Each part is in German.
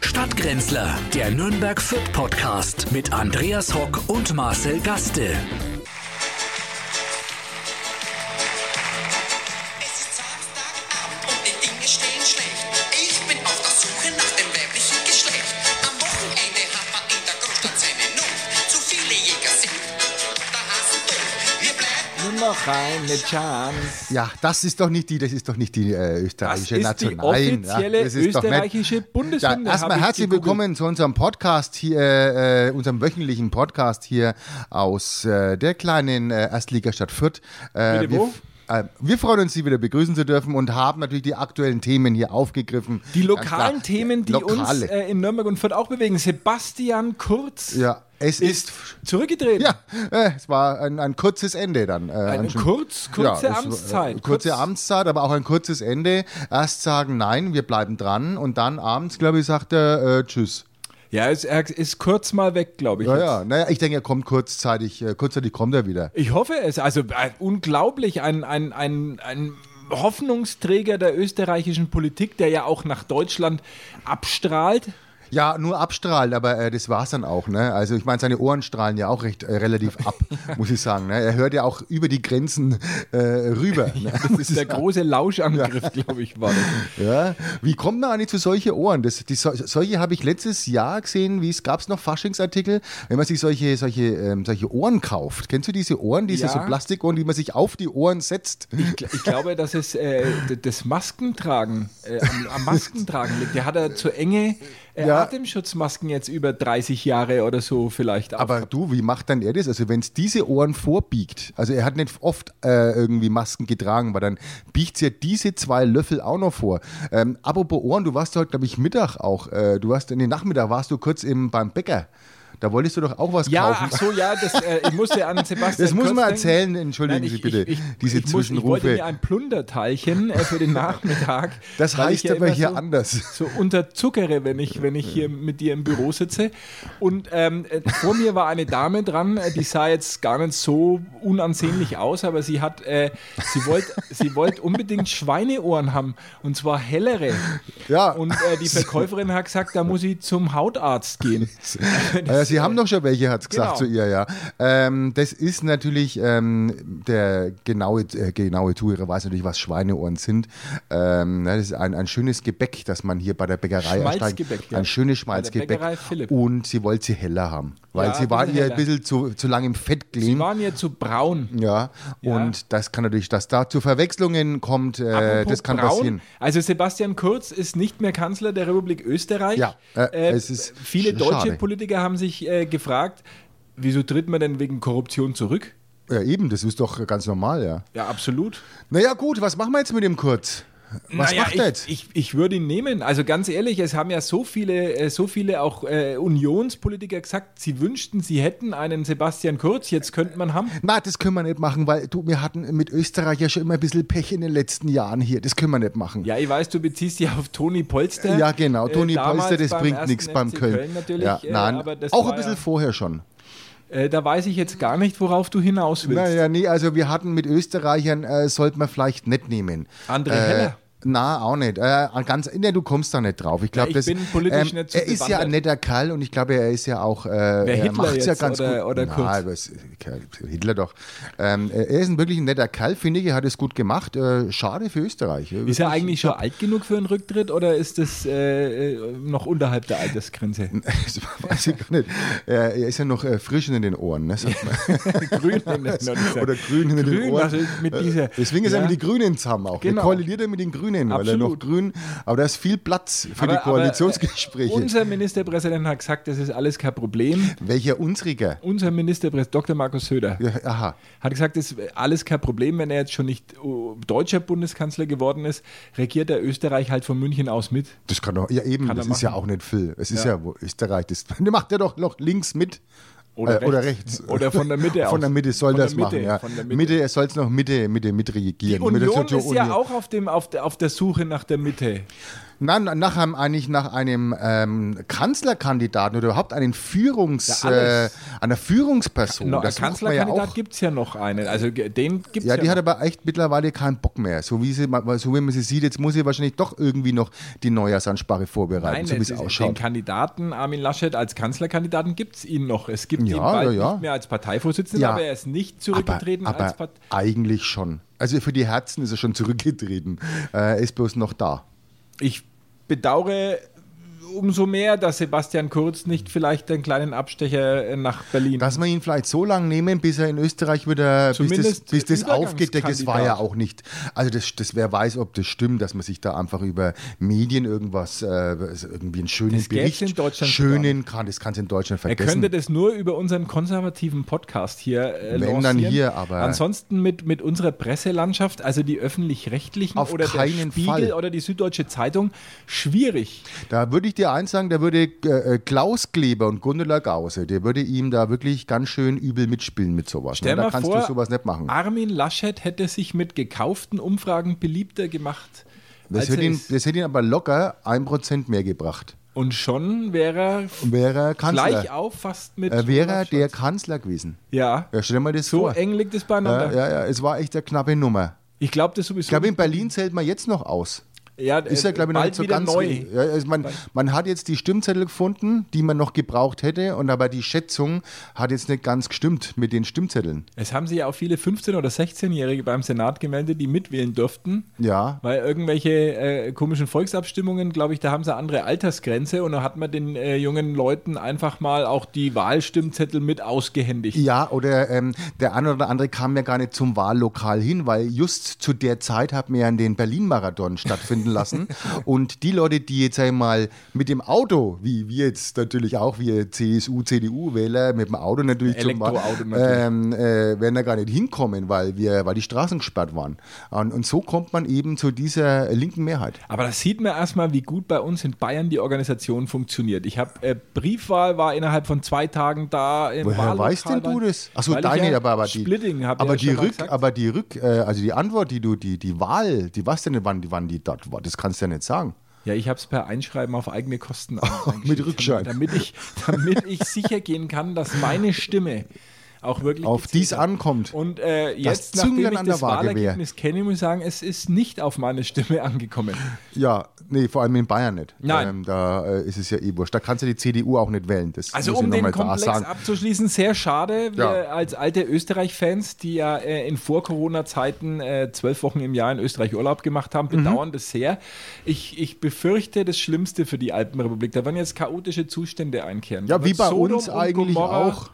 Stadtgrenzler, der Nürnberg Fürth Podcast mit Andreas Hock und Marcel Gaste. Es ist Samstagabend und die Dinge stehen schlecht. Ich bin auf der Suche nach dem weiblichen Geschlecht. Am Wochenende hat man in der Großstadt seine Not. Zu viele Jäger sind, der Hasen tot. Wir bleiben Nur noch eine Chance. Ja, das ist doch nicht die, das ist doch nicht die äh, Das österreichische ist die National. offizielle ja, das ist doch nicht- österreichische Ja, Bundeshymne. hab erstmal ich herzlich gegoogelt. willkommen zu unserem Podcast hier, äh, unserem wöchentlichen Podcast hier aus äh, der kleinen äh, Erstligastadt Fürth. Äh, Bitte wir, wo? f- äh, wir freuen uns, Sie wieder begrüßen zu dürfen und haben natürlich die aktuellen Themen hier aufgegriffen. Die Ganz lokalen klar, Themen, die uns lokale. äh, in Nürnberg und Fürth auch bewegen. Sebastian Kurz ja, es ist, zurückgetreten. ja, äh, es war ein, ein kurzes Ende dann. Äh, Eine anscheinend. kurz, kurze Ja, es war, äh, Amtszeit. Kurze Kurz- Amtszeit, aber auch ein kurzes Ende. Erst sagen, nein, wir bleiben dran und dann abends, glaube ich, sagt er äh, Tschüss. Ja, ist, er ist kurz mal weg, glaube ich. Ja, jetzt. ja, naja, ich denke, er kommt kurzzeitig, äh, kurzzeitig kommt er wieder. Ich hoffe es. Also äh, unglaublich, ein, ein, ein, ein Hoffnungsträger der österreichischen Politik, der ja auch nach Deutschland abstrahlt. Ja, nur abstrahlt, aber äh, das war's dann auch, ne? Also ich meine, seine Ohren strahlen ja auch recht äh, relativ ab, muss ich sagen. Ne? Er hört ja auch über die Grenzen äh, rüber. Ne? Das ist der große Lauschangriff, glaube ich, war das. Ja, wie kommt man eigentlich zu solche Ohren? Das, die, sol- solche habe ich letztes Jahr gesehen, wie es gab es noch Faschingsartikel, wenn man sich solche, solche, ähm, solche Ohren kauft. Kennst du diese Ohren, diese Ja. so Plastikohren, die man sich auf die Ohren setzt? Ich, gl- ich glaube, dass es äh, d- das Maskentragen, äh, am, am Maskentragen liegt. Der hat ja zu enge äh, Ja. Atemschutzmasken jetzt über 30 Jahre oder so vielleicht. Aber du, wie macht dann er das? Also wenn es diese Ohren vorbiegt, also er hat nicht oft äh, irgendwie Masken getragen, weil dann biegt ja diese zwei Löffel auch noch vor. Ähm, apropos Ohren, du warst heute, glaube ich, Mittag auch, äh, du warst in den Nachmittag, warst du kurz im, beim Bäcker. Da wolltest du doch auch was ja, kaufen. ach so, ja, das, äh, ich musste an Sebastian. Das muss Kurz man denken. erzählen, entschuldigen Nein, Sie ich- bitte, ich- ich- diese ich muss- Zwischenrufe. Ich wollte mir ein Plunderteilchen äh, für den Nachmittag. Das weil ich heißt aber immer hier so, anders. So unterzuckere, wenn ich, wenn ich hier mit dir im Büro sitze. Und ähm, äh, vor mir war eine Dame dran, äh, die sah jetzt gar nicht so unansehnlich aus, aber sie hat, äh, sie wollte sie wollt unbedingt Schweineohren haben und zwar hellere. Ja. Und äh, die Verkäuferin hat gesagt, da muss ich zum Hautarzt gehen. Äh, Sie haben doch schon welche, hat es Genau. gesagt zu ihr, ja. Ähm, das ist natürlich, ähm, der genaue, äh, genaue Zuhörer weiß natürlich, was Schweineohren sind. Ähm, na, das ist ein, ein schönes Gebäck, das man hier bei der Bäckerei Schmalzgebäck, ja. Ein schönes Bei der Schmalzgebäck. Bäckerei Philipp. Und sie wollte sie heller haben, weil Ja, ein sie waren bisschen ihr ein heller. bisschen zu, zu lang im Fett Die gelegen. waren ja zu braun. Ja, Ja. und das kann natürlich, dass da zu Verwechslungen kommt, äh, Apropos das kann Braun, passieren. Also Sebastian Kurz ist nicht mehr Kanzler der Republik Österreich. Ja, äh, es ist viele sch- deutsche schade. Politiker haben sich äh, gefragt, wieso tritt man denn wegen Korruption zurück? Ja, eben, das ist doch ganz normal, ja. Ja, absolut. Naja, gut, was machen wir jetzt mit dem Kurz? Was Naja, macht ich, er jetzt? Ich, ich würde ihn nehmen. Also ganz ehrlich, es haben ja so viele, äh, so viele auch äh, Unionspolitiker gesagt, sie wünschten, sie hätten einen Sebastian Kurz. Jetzt könnte man haben. Na, das können wir nicht machen, weil du, wir hatten mit Österreich ja schon immer ein bisschen Pech in den letzten Jahren hier. Das können wir nicht machen. Ja, ich weiß, du beziehst dich auf Toni Polster. Ja, genau. Toni äh, damals Polster, das beim bringt 1. nichts beim FC Köln. natürlich, ja, äh, nein, aber das auch war ein bisschen ja- vorher schon. Äh, da weiß ich jetzt gar nicht, worauf du hinaus willst. Naja, nee, also wir hatten mit Österreichern, äh, sollte man vielleicht nicht nehmen. André äh, Heller? Na, auch nicht. Äh, ganz, nee, du kommst da nicht drauf. Ich glaube, ich das. ähm, bin politisch nicht so er ist ja bewandert. ein netter Kerl und ich glaube, er ist ja auch. Äh, er Hitler macht's ja jetzt ganz oder- gut. oder Na, Kurz? aber es- Hitler doch. Ähm, er ist ein wirklich ein netter Kerl, finde ich. Er hat es gut gemacht. Äh, schade für Österreich. Ist er eigentlich schon alt genug für einen Rücktritt oder ist das äh, äh, noch unterhalb der Altersgrenze? Das weiß ich gar nicht. Er, er ist ja noch äh, frisch in den Ohren, ne? sagt man. grün haben wir noch gesagt. Oder grün in den Genau Grün, Ohren. Äh, also mit dieser. Deswegen ist ja. er mit den Grünen zusammen auch. Genau. Er koaliert er mit den Grünen, weil er noch Absolut. grün, aber da ist viel Platz für Aber- die Koalitionsgespräche. Aber, äh, unser Ministerpräsident hat gesagt, das ist alles kein Problem. Welcher unsriger? Unser Ministerpräsident, Dr. Markus Söder, Ja, aha. hat gesagt, das ist alles kein Problem, wenn er jetzt schon nicht oh, deutscher Bundeskanzler geworden ist, regiert er Österreich halt von München aus mit. Das kann doch, ja eben, Kann er das ist ja auch nicht viel. Es ist ja, wo Österreich, das der macht er doch noch links mit. Oder Äh, oder rechts. rechts. Oder von der Mitte Von aus. der Mitte soll Von der das Mitte, machen, ja. von der Mitte. Mitte. er soll es noch Mitte, Mitte, Mitte regieren. Die Union Mitte zur ist ja Uni. auch auf, dem, auf, der, auf der Suche nach der Mitte. Nein, nach einem, eigentlich nach einem ähm, Kanzlerkandidaten oder überhaupt einen Führungs, Ja, alles. äh, einer Führungsperson. No, das sucht man ja Kanzlerkandidat auch. gibt es ja noch einen. Also ge- den gibt es Ja, ja, die hat noch. aber echt mittlerweile keinen Bock mehr. So wie, sie, ma- so wie man sie sieht, jetzt muss sie wahrscheinlich doch irgendwie noch die Neujahrsansprache vorbereiten, so wie es es ist- Den ausschaut. Kandidaten Armin Laschet als Kanzlerkandidaten gibt es ihn noch. Es gibt Ja, ihn bald ja, ja. nicht mehr als Parteivorsitzender, Ja. aber er ist nicht Aber, zurückgetreten als aber Partei. eigentlich schon. Also für die Herzen ist er schon zurückgetreten. Äh, Er ist bloß noch da. Ich bedauere umso mehr, dass Sebastian Kurz nicht vielleicht einen kleinen Abstecher äh, nach Berlin. Dass wir ihn vielleicht so lange nehmen, bis er in Österreich wieder, Zumindest bis das, bis das Übergangskandidat. aufgedeckt ist, war ja auch nicht. Also das, das, wer weiß, ob das stimmt, dass man sich da einfach über Medien irgendwas, äh, also irgendwie einen schönen Das gäb's Bericht, in Deutschland gar schönen kann, das kannst du in Deutschland er vergessen. könnte das nur über unseren konservativen Podcast hier äh, Wenn, dann lancieren. hier, aber- Ansonsten mit, mit unserer Presselandschaft, also die Öffentlich-Rechtlichen Auf oder keinen der Spiegel Fall. oder die Süddeutsche Zeitung, schwierig. Da würde ich dir eins sagen, da würde äh, äh, Klaus Kleber und Gundula Gause, der würde ihm da wirklich ganz schön übel mitspielen mit sowas. Stell ne? Da mal kannst vor, ah, du sowas nicht machen. Armin Laschet hätte sich mit gekauften Umfragen beliebter gemacht. Das als hätte, er ihn, ist. das hätte ihn aber locker 1% mehr gebracht. Und schon wäre er Wäre er Kanzler. gleich auf fast mit. äh, wäre er Olaf der Scholz. Kanzler gewesen. Ja. Ja, stell dir mal das So vor. eng liegt es ja, beieinander. Ne? ja, ja, es war echt eine knappe Nummer. Ich glaube, das Ich sowieso. glaube, in Berlin zählt man jetzt noch aus. ja, Ist ja, Mhm. äh, glaube ich, noch bald nicht so wieder ganz neu. Ja, also man, man hat jetzt die Stimmzettel gefunden, die man noch gebraucht hätte, und aber die Schätzung hat jetzt nicht ganz gestimmt mit den Stimmzetteln. Es haben sich ja auch viele 15- oder 16-Jährige beim Senat gemeldet, die mitwählen durften. Ja. Weil irgendwelche äh, komischen Volksabstimmungen, glaube ich, da haben sie eine andere Altersgrenze und da hat man den äh, jungen Leuten einfach mal auch die Wahlstimmzettel mit ausgehändigt. Ja, oder ähm, der eine oder andere kam ja gar nicht zum Wahllokal hin, weil just zu der Zeit hat man ja den Berlin-Marathon stattfinden lassen. Und die Leute, die jetzt einmal mit dem Auto, wie wir jetzt natürlich auch, wir CSU, CDU-Wähler, mit dem Auto natürlich zum Wahl- Elektroauto natürlich. ähm, äh, werden da gar nicht hinkommen, weil, wir, weil die Straßen gesperrt waren. Und, und so kommt man eben zu dieser linken Mehrheit. Aber das sieht man erstmal, wie gut bei uns in Bayern die Organisation funktioniert. Ich habe äh, Briefwahl war innerhalb von zwei Tagen da. Im Woher Wahllokal weißt denn war- du das? Achso, weil ich deine, ja aber, aber die, Splitting hab aber ich die ja schon mal Rück, gesagt. aber die Rück, äh, also die Antwort, die du, die, die Wahl, die weißt du nicht, wann, die- wann die dort war, das kannst du ja nicht sagen. Ja, ich habe es per Einschreiben auf eigene Kosten eingeschickt, Mit Rückschein. Damit ich, damit ich sicher gehen kann, dass meine Stimme auch wirklich Auf gezählt dies hat. ankommt. Und äh, jetzt, nachdem Zünglein ich an der das Waage Wahlergebnis kenne, muss ich sagen, es ist nicht auf meine Stimme angekommen. Ja, nee, vor allem in Bayern nicht. Nein. Ähm, da äh, ist es ja eh wurscht. Da kannst du die CDU auch nicht wählen. Das Also muss ich um noch mal den da Komplex abzuschließen, sehr schade. Wir Ja. als alte Österreich-Fans, die ja äh, in Vor-Corona-Zeiten äh, zwölf Wochen im Jahr in Österreich Urlaub gemacht haben, Mhm. bedauern das sehr. Ich, ich befürchte das Schlimmste für die Alpenrepublik. Da werden jetzt chaotische Zustände einkehren. Da Ja, wie wird bei Sodom uns und eigentlich Gomorra, auch.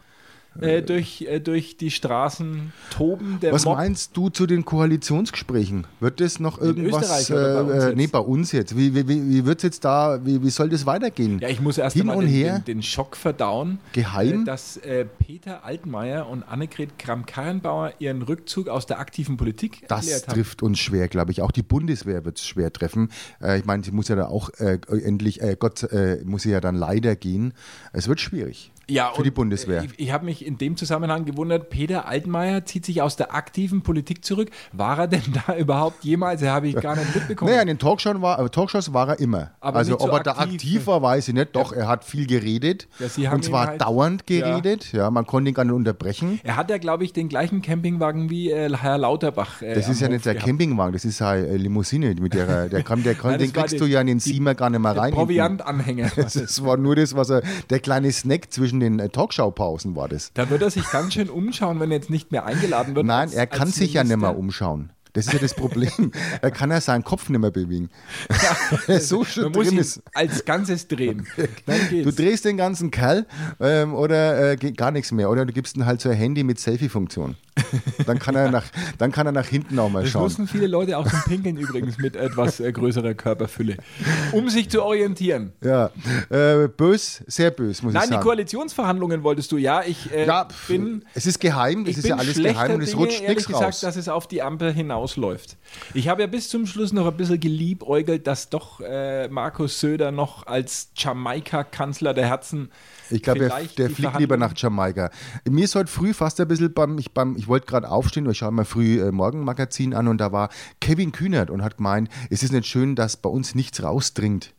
Äh, durch, äh, durch die Straßen toben der Was Mob. meinst du zu den Koalitionsgesprächen? Wird das noch irgendwas? Österreich oder bei uns äh, jetzt? nee, bei uns jetzt. Wie, wie, wie, wie wird's jetzt da, wie, wie soll das weitergehen? Ja, ich muss erst Hin einmal und den, her? Den, den Schock verdauen, Geheim? äh, dass äh, Peter Altmaier und Annegret Kramp-Karrenbauer ihren Rückzug aus der aktiven Politik Das erklärt haben. trifft uns schwer, glaube ich. Auch die Bundeswehr wird es schwer treffen. Äh, ich meine, sie muss ja da auch äh, endlich, äh, Gott, äh, muss sie ja dann leider gehen. Es wird schwierig Ja, für und, die Bundeswehr. äh, Ich, ich habe mich in dem Zusammenhang gewundert, Peter Altmaier zieht sich aus der aktiven Politik zurück. War er denn da überhaupt jemals? Das habe ich gar nicht mitbekommen. naja, in den Talkshows war, äh, Talkshows war er immer. Aber also nicht so ob er da aktiv. aktiv war, weiß ich nicht. Doch, er hat viel geredet. Ja, Sie haben und zwar ihn halt- dauernd geredet. Ja. man konnte ihn gar nicht unterbrechen. er hat ja, glaube ich, den gleichen Campingwagen wie äh, Herr Lauterbach. äh, Das ist am ja nicht Hof der gehabt. Campingwagen, das ist ja äh, Limousine, mit der, er- der, kann, der kann, Nein, das den war kriegst die- du ja in den die- Siemer gar nicht mehr Der rein. hinten. Proviantanhänger. Das, das war nur das, was er, der kleine Snack zwischen den äh, Talkshow-Pausen war das. Da wird er sich ganz schön umschauen, wenn er jetzt nicht mehr eingeladen wird. Nein, als- er kann als sich ja um. nicht mehr Minister. umschauen. Das ist ja das Problem. er kann ja seinen Kopf nicht mehr bewegen. Er ist so Man schön muss drin ihn ist. als Ganzes drehen. Dann Du geht's. drehst den ganzen Kerl ähm, oder äh, geht gar nichts mehr. Oder du gibst ihm halt so ein Handy mit Selfie-Funktion. Dann, kann er nach, dann kann er nach hinten auch mal Das schauen. wussten viele Leute auch zum Pinkeln übrigens mit etwas äh, größerer Körperfülle. Um sich zu orientieren. Ja, äh, bös, sehr bös, muss ich Nein, die sagen. Koalitionsverhandlungen wolltest du. Ja, ich äh, ja, pf, bin. es ist geheim, Ich es ist bin ja alles schlechter geheim und es Dinge, rutscht ehrlich nichts gesagt, raus. dass es auf die Ampel hinausläuft. Ich habe ja bis zum Schluss noch ein bisschen geliebäugelt, dass doch äh, Markus Söder noch als Jamaika-Kanzler der Herzen. Ich glaube, der, vielleicht der die fliegt lieber Verhandlungen- nach Jamaika. Mir ist heute früh fast ein bisschen beim, ich, beim, ich wollte gerade aufstehen, weil ich schaue mal früh äh, Morgenmagazin an und da war Kevin Kühnert und hat gemeint, es ist nicht schön, dass bei uns nichts rausdringt.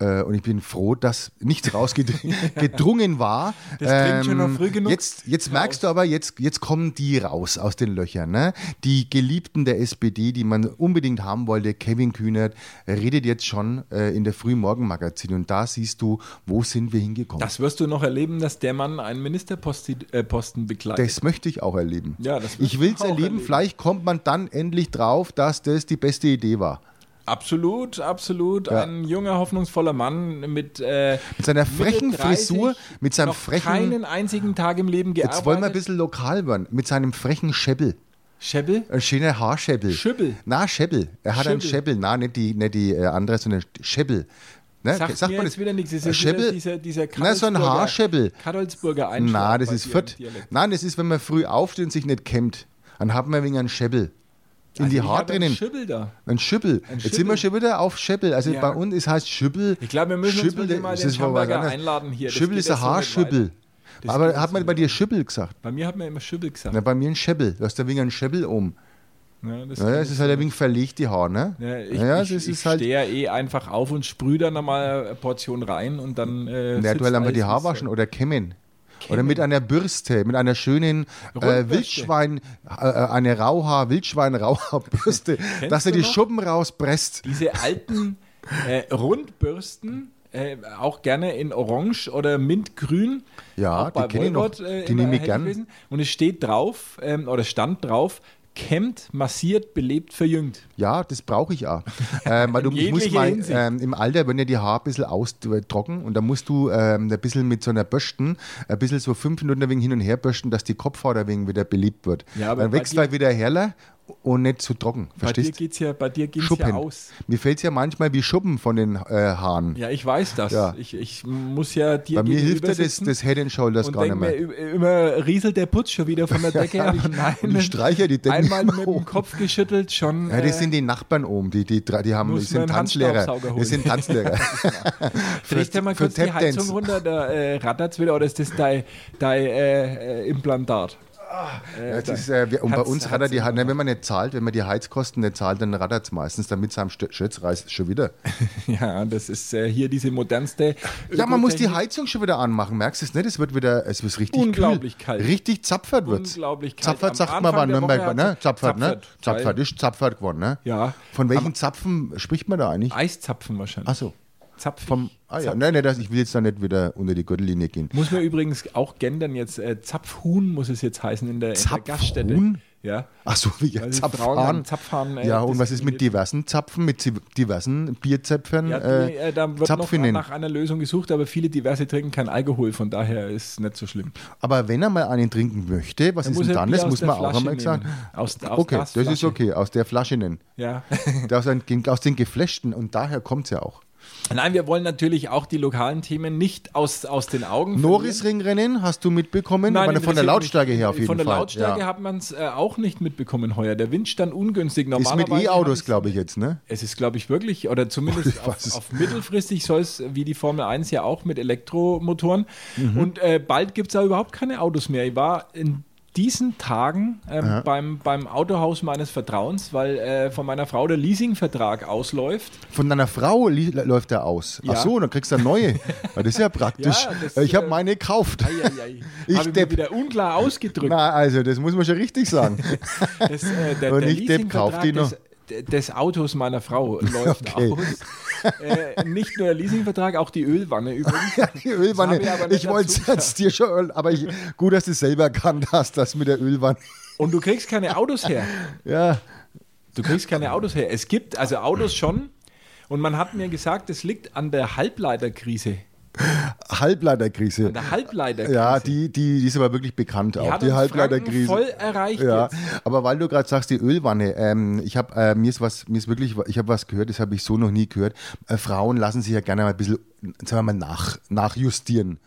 Äh, und ich bin froh, dass nichts rausgedrungen war. Ähm, Das dringt schon noch früh genug Jetzt, jetzt merkst du aber, jetzt, jetzt kommen die raus aus den Löchern. Ne? Die Geliebten der SPD, die man unbedingt haben wollte, Kevin Kühnert, redet jetzt schon äh, in der Frühmorgenmagazin. Und da siehst du, wo sind wir hingekommen. Das wirst du noch erleben, dass der Mann einen Ministerposten äh, Posten begleitet. Das möchte ich auch erleben. Ja, das möchte ich will ich es auch erleben. erleben. Vielleicht kommt man dann endlich drauf, dass das die beste Idee war. absolut, absolut. Ja. Ein junger, hoffnungsvoller Mann mit, äh, Mit seiner Mitte frechen 30, Frisur, mit seinem noch frechen. keinen einzigen Tag im Leben gearbeitet. Jetzt wollen wir ein bisschen lokal werden. Mit seinem frechen Scheppel. Scheppel? Ein schöner Haarscheppel. Schüppel. Na, Scheppel. Er hat einen Schüppel. Scheppel. Na, nicht die, nicht die äh, andere, sondern Scheppel. Ne? Sagt mir jetzt wieder nichts. Ist Ein jetzt wieder Scheppel? dieser- dieser Äh, Na, so ein Karlsburger- Haarscheppel. Karolsburger Einschlag. Na, das bei ist dir im Fürth. Dialekt. Nein, das ist, wenn man früh aufsteht und sich nicht kämmt. Dann hat man wegen einem Scheppel. In Also die ich Haare hab einen drinnen. Schibbel da. Ein Schüppel. Jetzt sind wir schon wieder auf Schüppel. Also Ja. bei uns es heißt Schüppel. Ich glaube, wir müssen uns wirklich mal das den ist wohl was Schamberger anderes. einladen hier. Das Schüppel geht ist ein jetzt so nicht Haarschüppel. weiter. Das geht Aber jetzt hat man so bei nicht dir Schüppel gesagt? Bei mir hat man immer Schibbel gesagt. Na, bei mir ein Scheppel. Du hast da wegen ein Scheppel um. Ja, das Ja, es ist halt ein wenig verlegt, die Haare, ne? Ja, ich, ja, ich, es ich ist halt. stehe ja eh einfach auf und sprühe dann nochmal eine Portion rein und dann. Äh, Na, sitzt du halt einfach alles die wie Haare es waschen soll. oder kämmen. Oder mit einer Bürste, mit einer schönen äh, Rundbürste. Wildschwein, äh, eine Rauhaar, Wildschwein-Rauhaarbürste, dass du du die noch? Schuppen rauspresst. Diese alten äh, Rundbürsten, äh, auch gerne in Orange oder Mintgrün. Ja, auch äh, die kenn ich noch. Die immer nehm ich erhältlich gern. gewesen. Und es steht drauf, ähm, oder stand drauf, kämmt, massiert, belebt, verjüngt. Ja, das brauche ich auch. Ähm, weil du ich muss jeglicher mal, Hinsicht. ähm, im Alter, wenn ja die Haare ein bisschen austrocken und dann musst du ähm, ein bisschen mit so einer Bürsten, ein bisschen so fünf Minuten wegen hin und her bürsten, dass die Kopfhaut wegen wieder beliebt wird. Ja, aber dann bei wächst dir- halt wieder herler und nicht zu trocken. Bei dir Verstehst du? geht's ja, bei dir geht's Schuppen. ja aus. Mir fällt es ja manchmal wie Schuppen von den äh, Haaren. Ja, ich weiß das. Ja. Ich, ich muss ja dir Bei mir hilft gegenüber ja das, sitzen das Head and Shoulders und gar nicht denk mir mehr. ü- immer, rieselt der Putz schon wieder von der Decke. Und ich, nein, Und die Streicher, die denken einmal immer mit hoch. dem Kopf geschüttelt schon. Ja, äh, das sind die Nachbarn oben, die, die, die haben, Muss das man sind einen Tanzlehrer. Handstaubsauger holen. Das sind Tanzlehrer. Drehst du mal für kurz die Tapdance. Heizung runter, da äh, rattert's wieder, oder ist das dein, dein äh, äh, Implantat? Ja, Das ist, äh, wir, und bei Hat's- uns hat er hat's die, Hand- wenn man nicht zahlt, wenn man die Heizkosten nicht zahlt, dann rattert es meistens dann mit seinem Stö- Schützreis schon wieder. Ja, das ist äh, hier diese modernste. Ja, man muss die Ökotechnik. Heizung schon wieder anmachen, merkst du es nicht? Es wird wieder, es wird richtig Unglaublich kühl. kalt. Richtig zapfert wird Unglaublich kalt. Zapfert Am sagt man Anfang bei der Nürnberg, Woche ne? hat's- Zapfert, ne? Zapfert. Zapfert Weil- ist zapfert geworden, ne? Ja. Von welchen Zapfen spricht man da eigentlich? Eiszapfen wahrscheinlich. Achso. Zapfen. Vom, ah ja, nein, nein, das, ich will jetzt da nicht wieder unter die Gürtellinie gehen. Muss man übrigens auch gendern jetzt. Äh, Zapfhuhn muss es jetzt heißen in der, in der Zapfhuhn? Gaststätte. Ja. Achso, wie ja, Weil die Frauen Zapfhahn. am Zapfhahn, äh, ja, und was ist mit diskriminiert diversen Zapfen, mit zi- diversen Bierzäpfern? Ja, äh, die, äh, da wird noch Zapfinnen? nach einer Lösung gesucht, aber viele diverse trinken kein Alkohol, von daher ist nicht so schlimm. Aber wenn er mal einen trinken möchte, was ist muss denn er dann? Bier Das aus muss der man auch Flasche einmal sagen. nehmen. Aus- aus okay, der das ist Flasche. okay, aus der Flasche nennen. Ja. aus, den, aus den Gefleschten und daher kommt es ja auch. Nein, wir wollen natürlich auch die lokalen Themen nicht aus, aus den Augen verlieren. Norrisringrennen hast du mitbekommen? Aber von der Lautstärke her auf jeden Von der Fall. Lautstärke ja. hat man es äh, auch nicht mitbekommen heuer. Der Wind stand ungünstig. Ist mit Normalerweise E-Autos, hat glaube ich, jetzt, ne? Es ist, glaube ich, wirklich, oder zumindest weiß es. auf, auf mittelfristig soll es, wie die Formel 1 ja auch, mit Elektromotoren. Mhm. Und äh, bald gibt es da überhaupt keine Autos mehr. Ich war in diesen Tagen ähm, beim, beim Autohaus meines Vertrauens, weil äh, von meiner Frau der Leasingvertrag ausläuft. Von deiner Frau li- läuft er aus. Ja. Ach so, dann kriegst du eine neue. Ja, das ist ja praktisch. Ja, das, ich habe äh, meine gekauft. Eieiei. Ich Habe ich mir depp. wieder unklar ausgedrückt. Na, also, das muss man schon richtig sagen. Das, äh, der, Und der ich, Depp, kauf Leasingvertrag die noch. Des, de- des Autos meiner Frau läuft Okay. aus. Äh, nicht nur der Leasingvertrag, auch die Ölwanne übrigens. Die Ölwanne. Das habe ich aber Ich, nicht wollte dazu jetzt dir schon, Öl- aber ich, gut, dass du es selber erkannt hast, das mit der Ölwanne. Und du kriegst keine Autos her. Ja, Du kriegst keine Autos her. Es gibt also Autos schon. Und man hat mir gesagt, es liegt an der Halbleiterkrise. Halbleiterkrise. An der Halbleiterkrise. Ja, die, die, die ist aber wirklich bekannt auch, hat die uns Halbleiterkrise. Franken voll erreicht Ja, jetzt. aber weil du gerade sagst, die Ölwanne, ähm, ich habe äh, mir ist was, mir ist wirklich, ich habe was gehört, das habe ich so noch nie gehört. Äh, Frauen lassen sich ja gerne mal ein bisschen, sagen wir mal, nach, nachjustieren.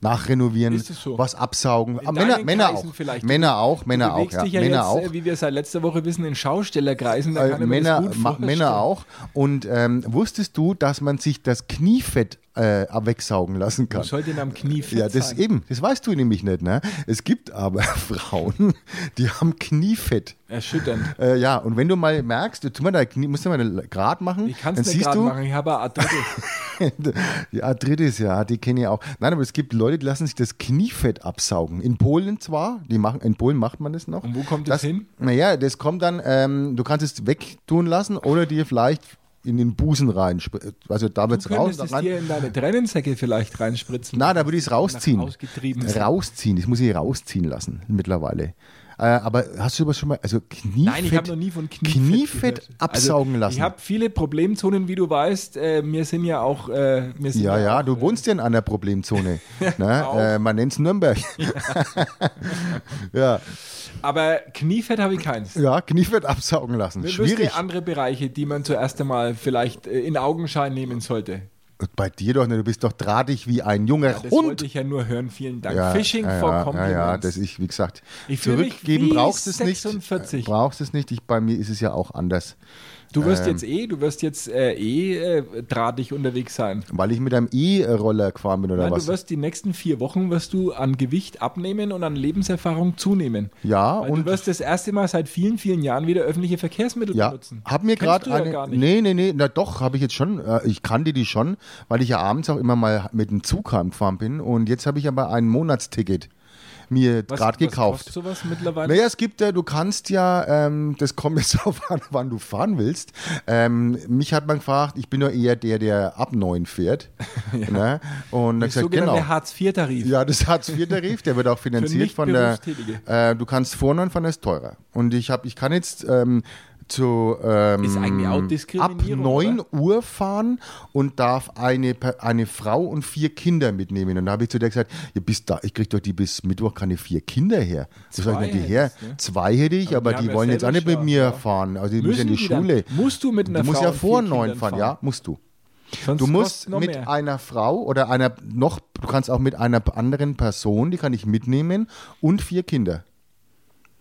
Nachrenovieren, Ist es so? was absaugen. Ah, deinen Männer, Männer Kreisen auch. vielleicht. Männer auch. Du Männer auch. bewegst Ja. dich ja Männer jetzt, auch. äh, wie wir es ja letzte Woche wissen, in Schaustellerkreisen. Da Äh, kann ich mir Männer, das gut ma- vorstellen. Männer auch. Und ähm, wusstest du, dass man sich das Kniefett äh, wegsaugen lassen kann. Du sollst ihn am Knie fett Ja, das sein. eben, das weißt du nämlich nicht, ne? Es gibt aber Frauen, die haben Kniefett. Erschütternd. Äh, ja, und wenn du mal merkst, du tu mal deine Knie, musst du mal eine grad machen, Ich kann dann es nicht siehst gerade du, machen, ich habe eine Arthrose. die Arthritis, ja, die kenne ich auch. Nein, aber es gibt Leute, die lassen sich das Kniefett absaugen. In Polen zwar, die machen, in Polen macht man das noch. Und wo kommt das das hin? Naja, das kommt dann, ähm, du kannst es wegtun lassen oder dir vielleicht in den Busen rein. sp- Also da wird Du es raus. könntest es rein- dir in deine Tränensäcke vielleicht reinspritzen. Na, da würde ich es rausziehen. Nach ausgetrieben. Rausziehen, das muss ich rausziehen lassen mittlerweile. Äh, aber hast du sowas schon mal, also Kniefett, Nein, ich habe noch nie von Kniefett, Kniefett gehört. absaugen also, lassen? Ich habe viele Problemzonen, wie du weißt. Äh, wir sind ja auch. Äh, wir sind Ja, ja, auch, du wohnst ja in einer Problemzone. auch. ne? äh, man nennt es Nürnberg. Ja. Aber Kniefett habe ich keins. ja, Kniefett absaugen lassen. Wir Schwierig. müssen andere Bereiche, die man zuerst einmal vielleicht äh, in Augenschein nehmen sollte. Bei dir doch nicht, du bist doch drahtig wie ein junger Das Hund. wollte ich ja nur hören. Vielen Dank. Ja, Phishing ja, for ja, Compliments. Ja, ja, das ich, wie gesagt, Ich fühle mich zurückgeben wie brauchst es nicht. 46. Äh, Brauchst es nicht. Ich, bei mir ist es ja auch anders. du wirst ähm. jetzt eh, du wirst jetzt äh, eh äh, drahtig unterwegs sein. Weil ich mit einem E-Roller gefahren bin oder Nein, was? du wirst die nächsten vier Wochen wirst du an Gewicht abnehmen und an Lebenserfahrung zunehmen. ja, Weil und du wirst das erste Mal seit vielen, vielen Jahren wieder öffentliche Verkehrsmittel ja, benutzen. hab mir Kennst gerade du ja eine. gar nicht. nee, nee, nee, na doch, habe ich jetzt schon. Äh, ich kannte die schon, weil ich ja abends auch immer mal mit dem Zug heimgefahren bin. Und jetzt habe ich aber ein Monatsticket mir Was- gerade was gekauft. kostet sowas mittlerweile? Naja, es gibt ja, du kannst ja, ähm, das kommt jetzt auf an, wann du fahren willst. Ähm, mich hat man gefragt, ich bin ja eher der, der ab 9 fährt. ne? Und dann Der gesagt, sogenannte genau. Hartz-IV-Tarif. Ja, das Hartz-IV-Tarif, der wird auch finanziert von der. Nicht-Berufstätige. Äh, du kannst vornehmen, von der ist teurer. Und ich habe, ich kann jetzt ähm, zu ähm, Ist eigentlich auch Diskriminierung, ab 9 oder? Uhr fahren und darf eine, Per- eine Frau und vier Kinder mitnehmen. Und da habe ich zu der gesagt, ja, bis da, ich krieg doch die bis Mittwoch keine vier Kinder her. Wo soll ich denn die Zwei her? hättest, ne? Zwei hätte ich, aber, die haben die ja wollen jetzt auch selber nicht mit schon, mir ja. fahren. Also die müssen Müssen in die, die dann? Schule. Musst du mit einer Du musst Frau ja und vor vier neun Kindern fahren, fahren. ja, musst du. Sonst Du musst kostet noch mit mehr. einer Frau oder einer noch, du kannst auch mit einer anderen Person, die kann ich mitnehmen und vier Kinder.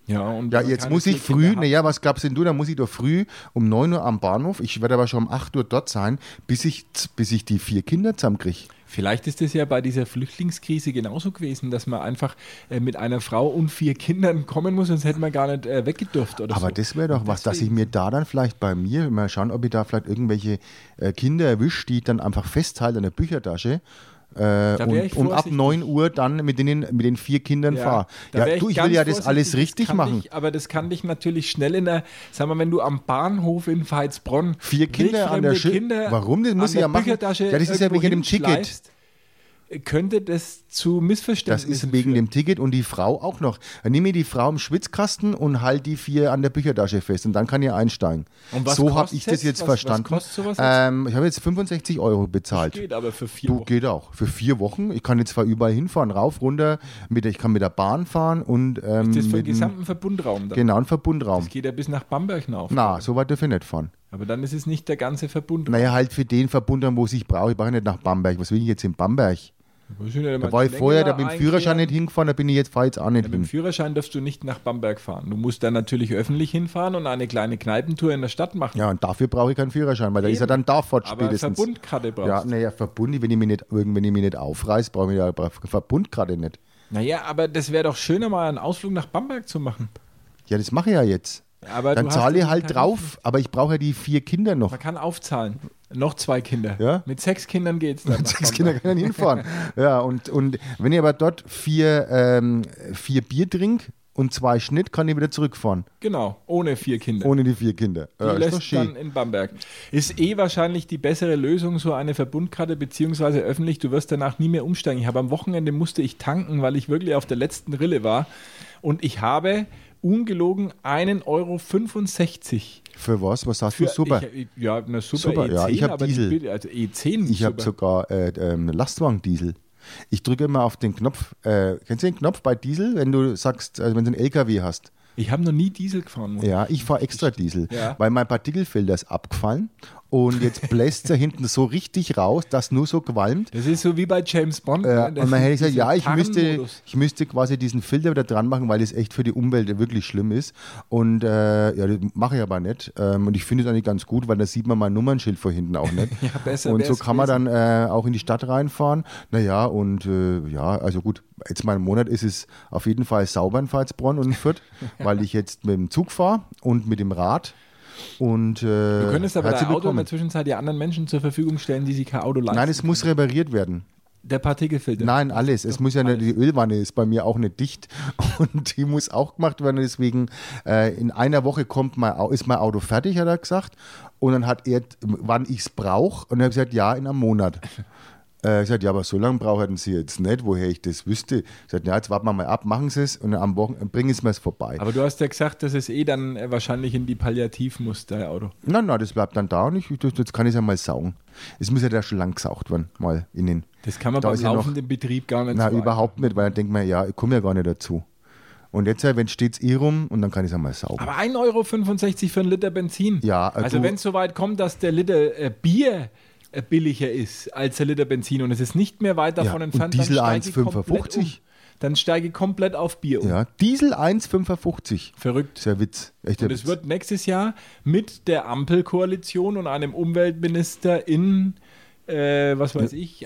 Ja, und Ja, wenn man jetzt keine muss ich vier Kinder früh, hat- naja, was glaubst denn du, da muss ich doch früh um 9 Uhr am Bahnhof, ich werde aber schon um 8 Uhr dort sein, bis ich, bis ich die vier Kinder zusammenkriege. Vielleicht ist es ja bei dieser Flüchtlingskrise genauso gewesen, dass man einfach äh, mit einer Frau und vier Kindern kommen muss, sonst hätte man gar nicht äh, weggedurft oder so. Aber das wäre doch was, dass ich deswegen- mir da dann vielleicht bei mir, mal schauen, ob ich da vielleicht irgendwelche äh, Kinder erwische, die ich dann einfach festhalte in der Büchertasche. Äh, wär und ich um ab vorsichtig. 9 Uhr dann mit, denen, mit den vier Kindern fahre. da Ja, wär du, ich will ganz ja das vorsichtig. alles richtig kann machen. Dich, aber das kann dich natürlich schnell in der, sag mal, wenn du am Bahnhof in Veitsbronn Vier Kinder an der wildfremde Schi- Kinder Warum? Das an muss ich der ja machen. Büchertasche Ja, das ist ja irgendwo wegen dem Ticket. hinschleifst, Könnte das zu Das Missverständnissen ist wegen dem Ticket und die Frau auch noch. Dann nehme ich die Frau im Schwitzkasten und halt die vier an der Büchertasche fest und dann kann ihr einsteigen. Und was so habe kostet's? ich das jetzt Was- was verstanden. kostet sowas jetzt? ähm, ich habe jetzt 65 Euro bezahlt. Geht aber für vier Du Wochen. geht auch. Für vier Wochen. Ich kann jetzt zwar überall hinfahren, rauf, runter. Mit, der- ich kann mit der Bahn fahren und ähm, Das ist für den mit dem gesamten Verbundraum. Dann. genauen Verbundraum. Geht ja bis nach Bamberg hinauf. Na, so weit dürfen wir nicht fahren. Aber dann ist es nicht der ganze Verbund. Naja, halt für den Verbundraum, wo es ich brauche. Ich brauche nicht nach Bamberg. Was will ich jetzt in Bamberg? Da war ich vorher, da bin ich mit dem Führerschein nicht hingefahren, da bin ich jetzt, fahre jetzt auch nicht Mit dem hin. Führerschein darfst du nicht nach Bamberg fahren. Du musst dann natürlich öffentlich hinfahren und eine kleine Kneipentour in der Stadt machen. Ja, und dafür brauche ich keinen Führerschein, weil da ist er dann da fort aber spätestens. Verbundkarte brauchst Ja, ne. naja, Verbund, wenn ich mich nicht, wenn ich mich nicht aufreiß, brauche ich ja Verbund gerade nicht. Naja, aber das wäre doch schöner, mal einen Ausflug nach Bamberg zu machen. Ja, das mache ich ja jetzt. Aber dann du hast zahle ich ja halt keinen- drauf, aber ich brauche ja die vier Kinder noch. Man kann aufzahlen. Noch zwei Kinder. Ja? Mit sechs Kindern geht's dann. nach Sechs Bamberg. Kinder können hinfahren. ja, und, und wenn ich aber dort vier, ähm, vier Bier trink und zwei Schnitt, kann ich wieder zurückfahren. Genau, ohne vier Kinder. Ohne die vier Kinder. Die Ja, ist doch lässt schön. dann in Bamberg. Ist eh wahrscheinlich die bessere Lösung, so eine Verbundkarte, beziehungsweise öffentlich, du wirst danach nie mehr umsteigen. Ich habe am Wochenende musste ich tanken, weil ich wirklich auf der letzten Rille war. Und ich habe ungelogen 1,65 Euro. Für was? Was sagst du? Für- Super. Ich, ja, eine super, Super, E10, ja, ich hab aber Diesel. Die, Bild- also E10 Ich habe super. sogar äh, ähm, Lastwagen-Diesel. Ich drücke immer auf den Knopf. Äh, kennst du den Knopf bei Diesel, wenn du sagst, also wenn du einen LKW hast? ich habe noch nie Diesel gefahren. muss ich Ja, ich fahre extra Diesel, Ja. weil mein Partikelfilter ist abgefallen Und jetzt bläst er hinten so richtig raus, dass nur so qualmt. Das ist so wie bei James Bond. Ja, ne? Das Äh, und man hätte ist gesagt, dieser ja, ich müsste, Tarnmodus. ich müsste quasi diesen Filter wieder dran machen, weil es echt für die Umwelt wirklich schlimm ist. Und äh, ja, das mache ich aber nicht. Ähm, und ich finde es eigentlich ganz gut, weil da sieht man mein Nummernschild vor hinten auch nicht. Ja, besser und so wär's kann man dann äh, auch in die Stadt reinfahren. Naja, und äh, ja, also gut, jetzt mal im Monat ist es auf jeden Fall sauber in Pfalzbronn und in Fürth, weil ich jetzt mit dem Zug fahre und mit dem Rad. Und, äh, Du könntest aber herzlich dein Auto in willkommen. der Zwischenzeit ja anderen Menschen zur Verfügung stellen, die sich kein Auto leisten. Nein, es muss repariert werden. der Partikelfilter. Nein, alles. Es muss ja nicht, die Ölwanne ist bei mir auch nicht dicht und die muss auch gemacht werden. Deswegen äh, in einer Woche kommt mein, Au- ist mein Auto fertig, hat er gesagt. Und dann hat er, wann ich es brauche, und er hat gesagt, ja, in einem Monat. Äh, ich sagte, ja, aber so lange brauchen Sie jetzt nicht, woher ich das wüsste. Ich sagte, ja, jetzt warten wir mal ab, machen Sie es und am Wochenende bringen Sie mir es vorbei. Aber du hast ja gesagt, das ist eh dann äh, wahrscheinlich in die Palliativ muss, dein Auto. Nein, nein, das bleibt dann da und ich, das, jetzt kann ich es ja mal saugen. Es muss ja da schon lang gesaugt werden, mal in den. Das kann man Da beim ist ja noch- laufenden Betrieb gar nicht Na, sagen. überhaupt nicht, weil dann denkt man, ja, ich komme ja gar nicht dazu. Und jetzt, ja, wenn steht's eh rum und dann kann ich es einmal saugen. Aber 1,65 Euro für einen Liter Benzin. Ja, äh, also du- wenn es so weit kommt, dass der Liter äh, Bier äh, billiger ist als der Liter Benzin und es ist nicht mehr weit davon Ja, und entfernt, Diesel steige ich komplett 1,55. um. Dann steige ich komplett auf Bier um. ja, Diesel 1,55. Verrückt. Ist ja Witz. Echt der Und es Witz. wird nächstes Jahr mit der Ampelkoalition und einem Umweltminister in, äh, was weiß ich,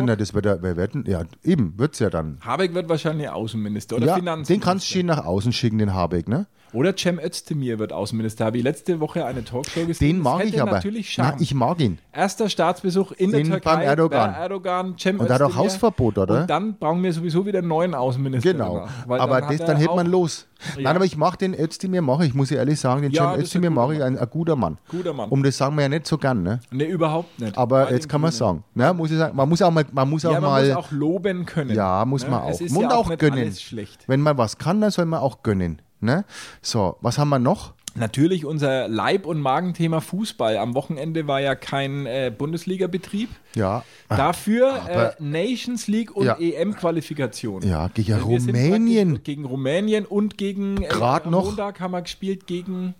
Annalena na, Baerbock. das wird ja, wer wird denn? Ja, eben, wird's ja dann. Habeck wird wahrscheinlich Außenminister oder ja, Finanzminister. den kannst du schön nach außen schicken, den Habeck, ne? Oder Cem Özdemir wird Außenminister. Habe ich letzte Woche eine Talkshow gesehen. Den Das mag hätte ich aber. natürlich Charme. Na, ich mag ihn. Erster Staatsbesuch in, der In- Türkei beim Erdogan. bei Erdogan Cem Und der hat auch Özdemir. Hausverbot, oder? Und dann brauchen wir sowieso wieder einen neuen Außenminister. Genau. danach, weil aber dann das, hat er dann hält auch- man los. Ja. Nein, aber ich mag den Özdemir, mache ich, muss ich ehrlich sagen, den Ja, ja, das Cem ist Özdemir ein guter mache ich, ein, ein guter Mann. Guter Mann. Um das sagen wir ja nicht so gern, ne? Nee, überhaupt nicht. Aber Bei jetzt den kann man Grünen. sagen, ne, muss ich sagen, man muss auch mal, man muss auch Ja, man mal, muss auch loben können. ja, muss Ne? man Es auch. ist Und ja auch, nicht gönnen. Alles schlecht. Wenn man was kann, dann soll man auch gönnen. Ne? So, was haben wir noch? Natürlich unser Leib- und Magenthema Fußball. Am Wochenende war ja kein äh, Bundesliga-Betrieb. Ja, Dafür äh, Ah, Aber- Nations League und Ja. EM-Qualifikation. Also ja, gegen Wir sind Rumänien, praktisch Gegen Rumänien und gegen äh, Grad am noch. Montag haben wir gespielt gegen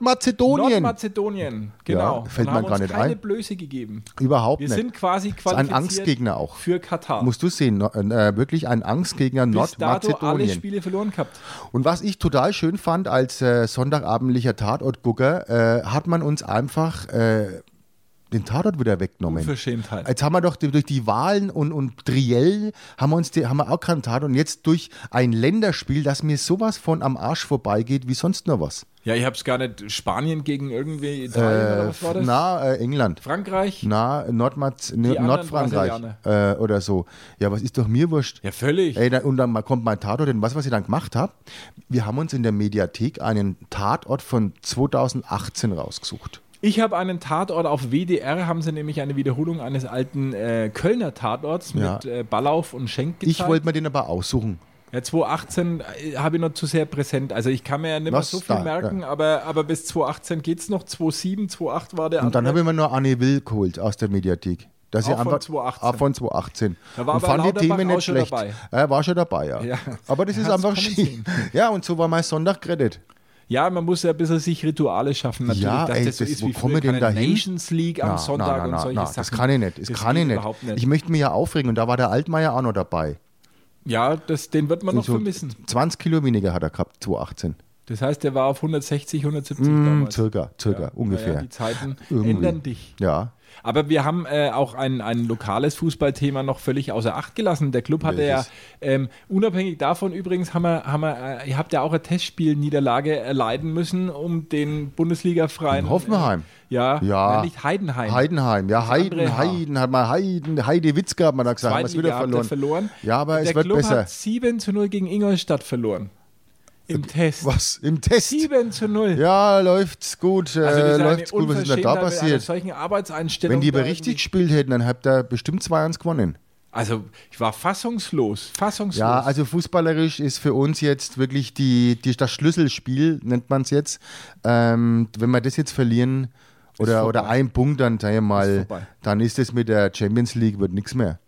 Nordmazedonien, Nordmazedonien. Genau. Ja, fällt Und man haben gar uns nicht keine ein. Blöße gegeben. überhaupt Wir nicht. sind quasi ist qualifiziert ein Angstgegner auch. für Katar. Musst du sehen, no- äh, wirklich ein Angstgegner Bis dato alle Nordmazedonien. Spiele verloren gehabt. Und was ich total schön fand als äh, sonntagabendlicher Tatortgucker, äh, hat man uns einfach äh, den Tatort wieder weggenommen. Unverschämtheit. Jetzt haben wir doch die- durch die Wahlen und, und Triell haben wir uns die, haben wir auch keinen Tatort und jetzt durch ein Länderspiel, das mir sowas von am Arsch vorbeigeht wie sonst nur was. Ja, ich hab's gar nicht. Spanien gegen irgendwie Italien oder was war das? Äh, na, äh, England. Frankreich? Na, Nordmaz N- anderen Nordfrankreich äh, oder so. Ja, was ist doch mir wurscht. Ja, völlig. Ey, da, und dann mal- kommt mein Tatort, denn was, was ich dann gemacht habe, wir haben uns in der Mediathek einen Tatort von 2018 rausgesucht. Ich habe einen Tatort auf WDR, haben sie nämlich eine Wiederholung eines alten äh, Kölner Tatorts Ja. mit äh, Ballauf und Schenk gezeigt. Ich wollte mir den aber aussuchen. ja, 2018 äh, habe ich noch zu sehr präsent. Also ich kann mir ja nicht mehr Was so viel da, merken, aber, aber bis 2018 geht's noch. 2007, 2008 war der Und dann habe andere. ich mir nur Anne Will geholt aus der Mediathek. Dass Auch ich von einfach, 2018. Ah, von 2018. Da war und aber fand die Lauterbach Themen auch nicht schon schlecht. dabei. Er war schon dabei, ja. Ja. Aber das Er ist hat's einfach kommen schön. Ja, und so war mein Sonntag gerettet. Ja, man muss ja ein bisschen sich Rituale schaffen natürlich. Ja, ey, so das- ist wo wie kommen früher, wir denn keine dahin? Nations League am Na, Sonntag na, na, und na, solche na, Sachen. Das kann ich nicht. Das, kann geht ich nicht. überhaupt nicht. Ich möchte mich ja aufregen. Und da war der Altmaier auch noch dabei. ja, das, den wird man noch So vermissen. 20 Kilo weniger hat er gehabt, 2018. Das heißt, der war auf 160, 170 Hm, damals. circa, circa, ungefähr. Naja, die Zeiten Irgendwie. ändern dich. Ja. Aber wir haben äh, auch ein, ein lokales Fußballthema noch völlig außer Acht gelassen. Der Club hatte ja, Welches? ähm, unabhängig davon übrigens, haben wir, haben wir, äh, ihr habt ja auch eine Testspielniederlage erleiden müssen, um den Bundesliga-freien. In Hoffenheim. Äh, ja, Ja. nein, nicht Heidenheim. Heidenheim, ja, Heiden, andere Haar. Heiden, hat mal Heiden, Heide Witzka hat man da gesagt, haben wir es Zweitliga wieder habt ihr verloren. verloren. Ja, aber Der es wird Club besser. hat 7 zu 0 gegen Ingolstadt verloren. Im Test. Was? Im Test? 7 zu 0. Ja, läuft's gut. Also das äh, ist eine läuft's gut, was ist denn da Unverschämtheit mit einer passiert? solchen Arbeitseinstellung. Wenn die da aber richtig irgendwie- gespielt hätten, dann habt ihr bestimmt 2-1 gewonnen. Also ich war fassungslos, fassungslos. Ja, also fußballerisch ist für uns jetzt wirklich die, die, das Schlüsselspiel, nennt man es jetzt. Ähm, wenn wir das jetzt verlieren oder, vorbei. oder einen Punkt, dann sag ich Ist mal, vorbei. dann ist es mit der Champions League wird nichts mehr.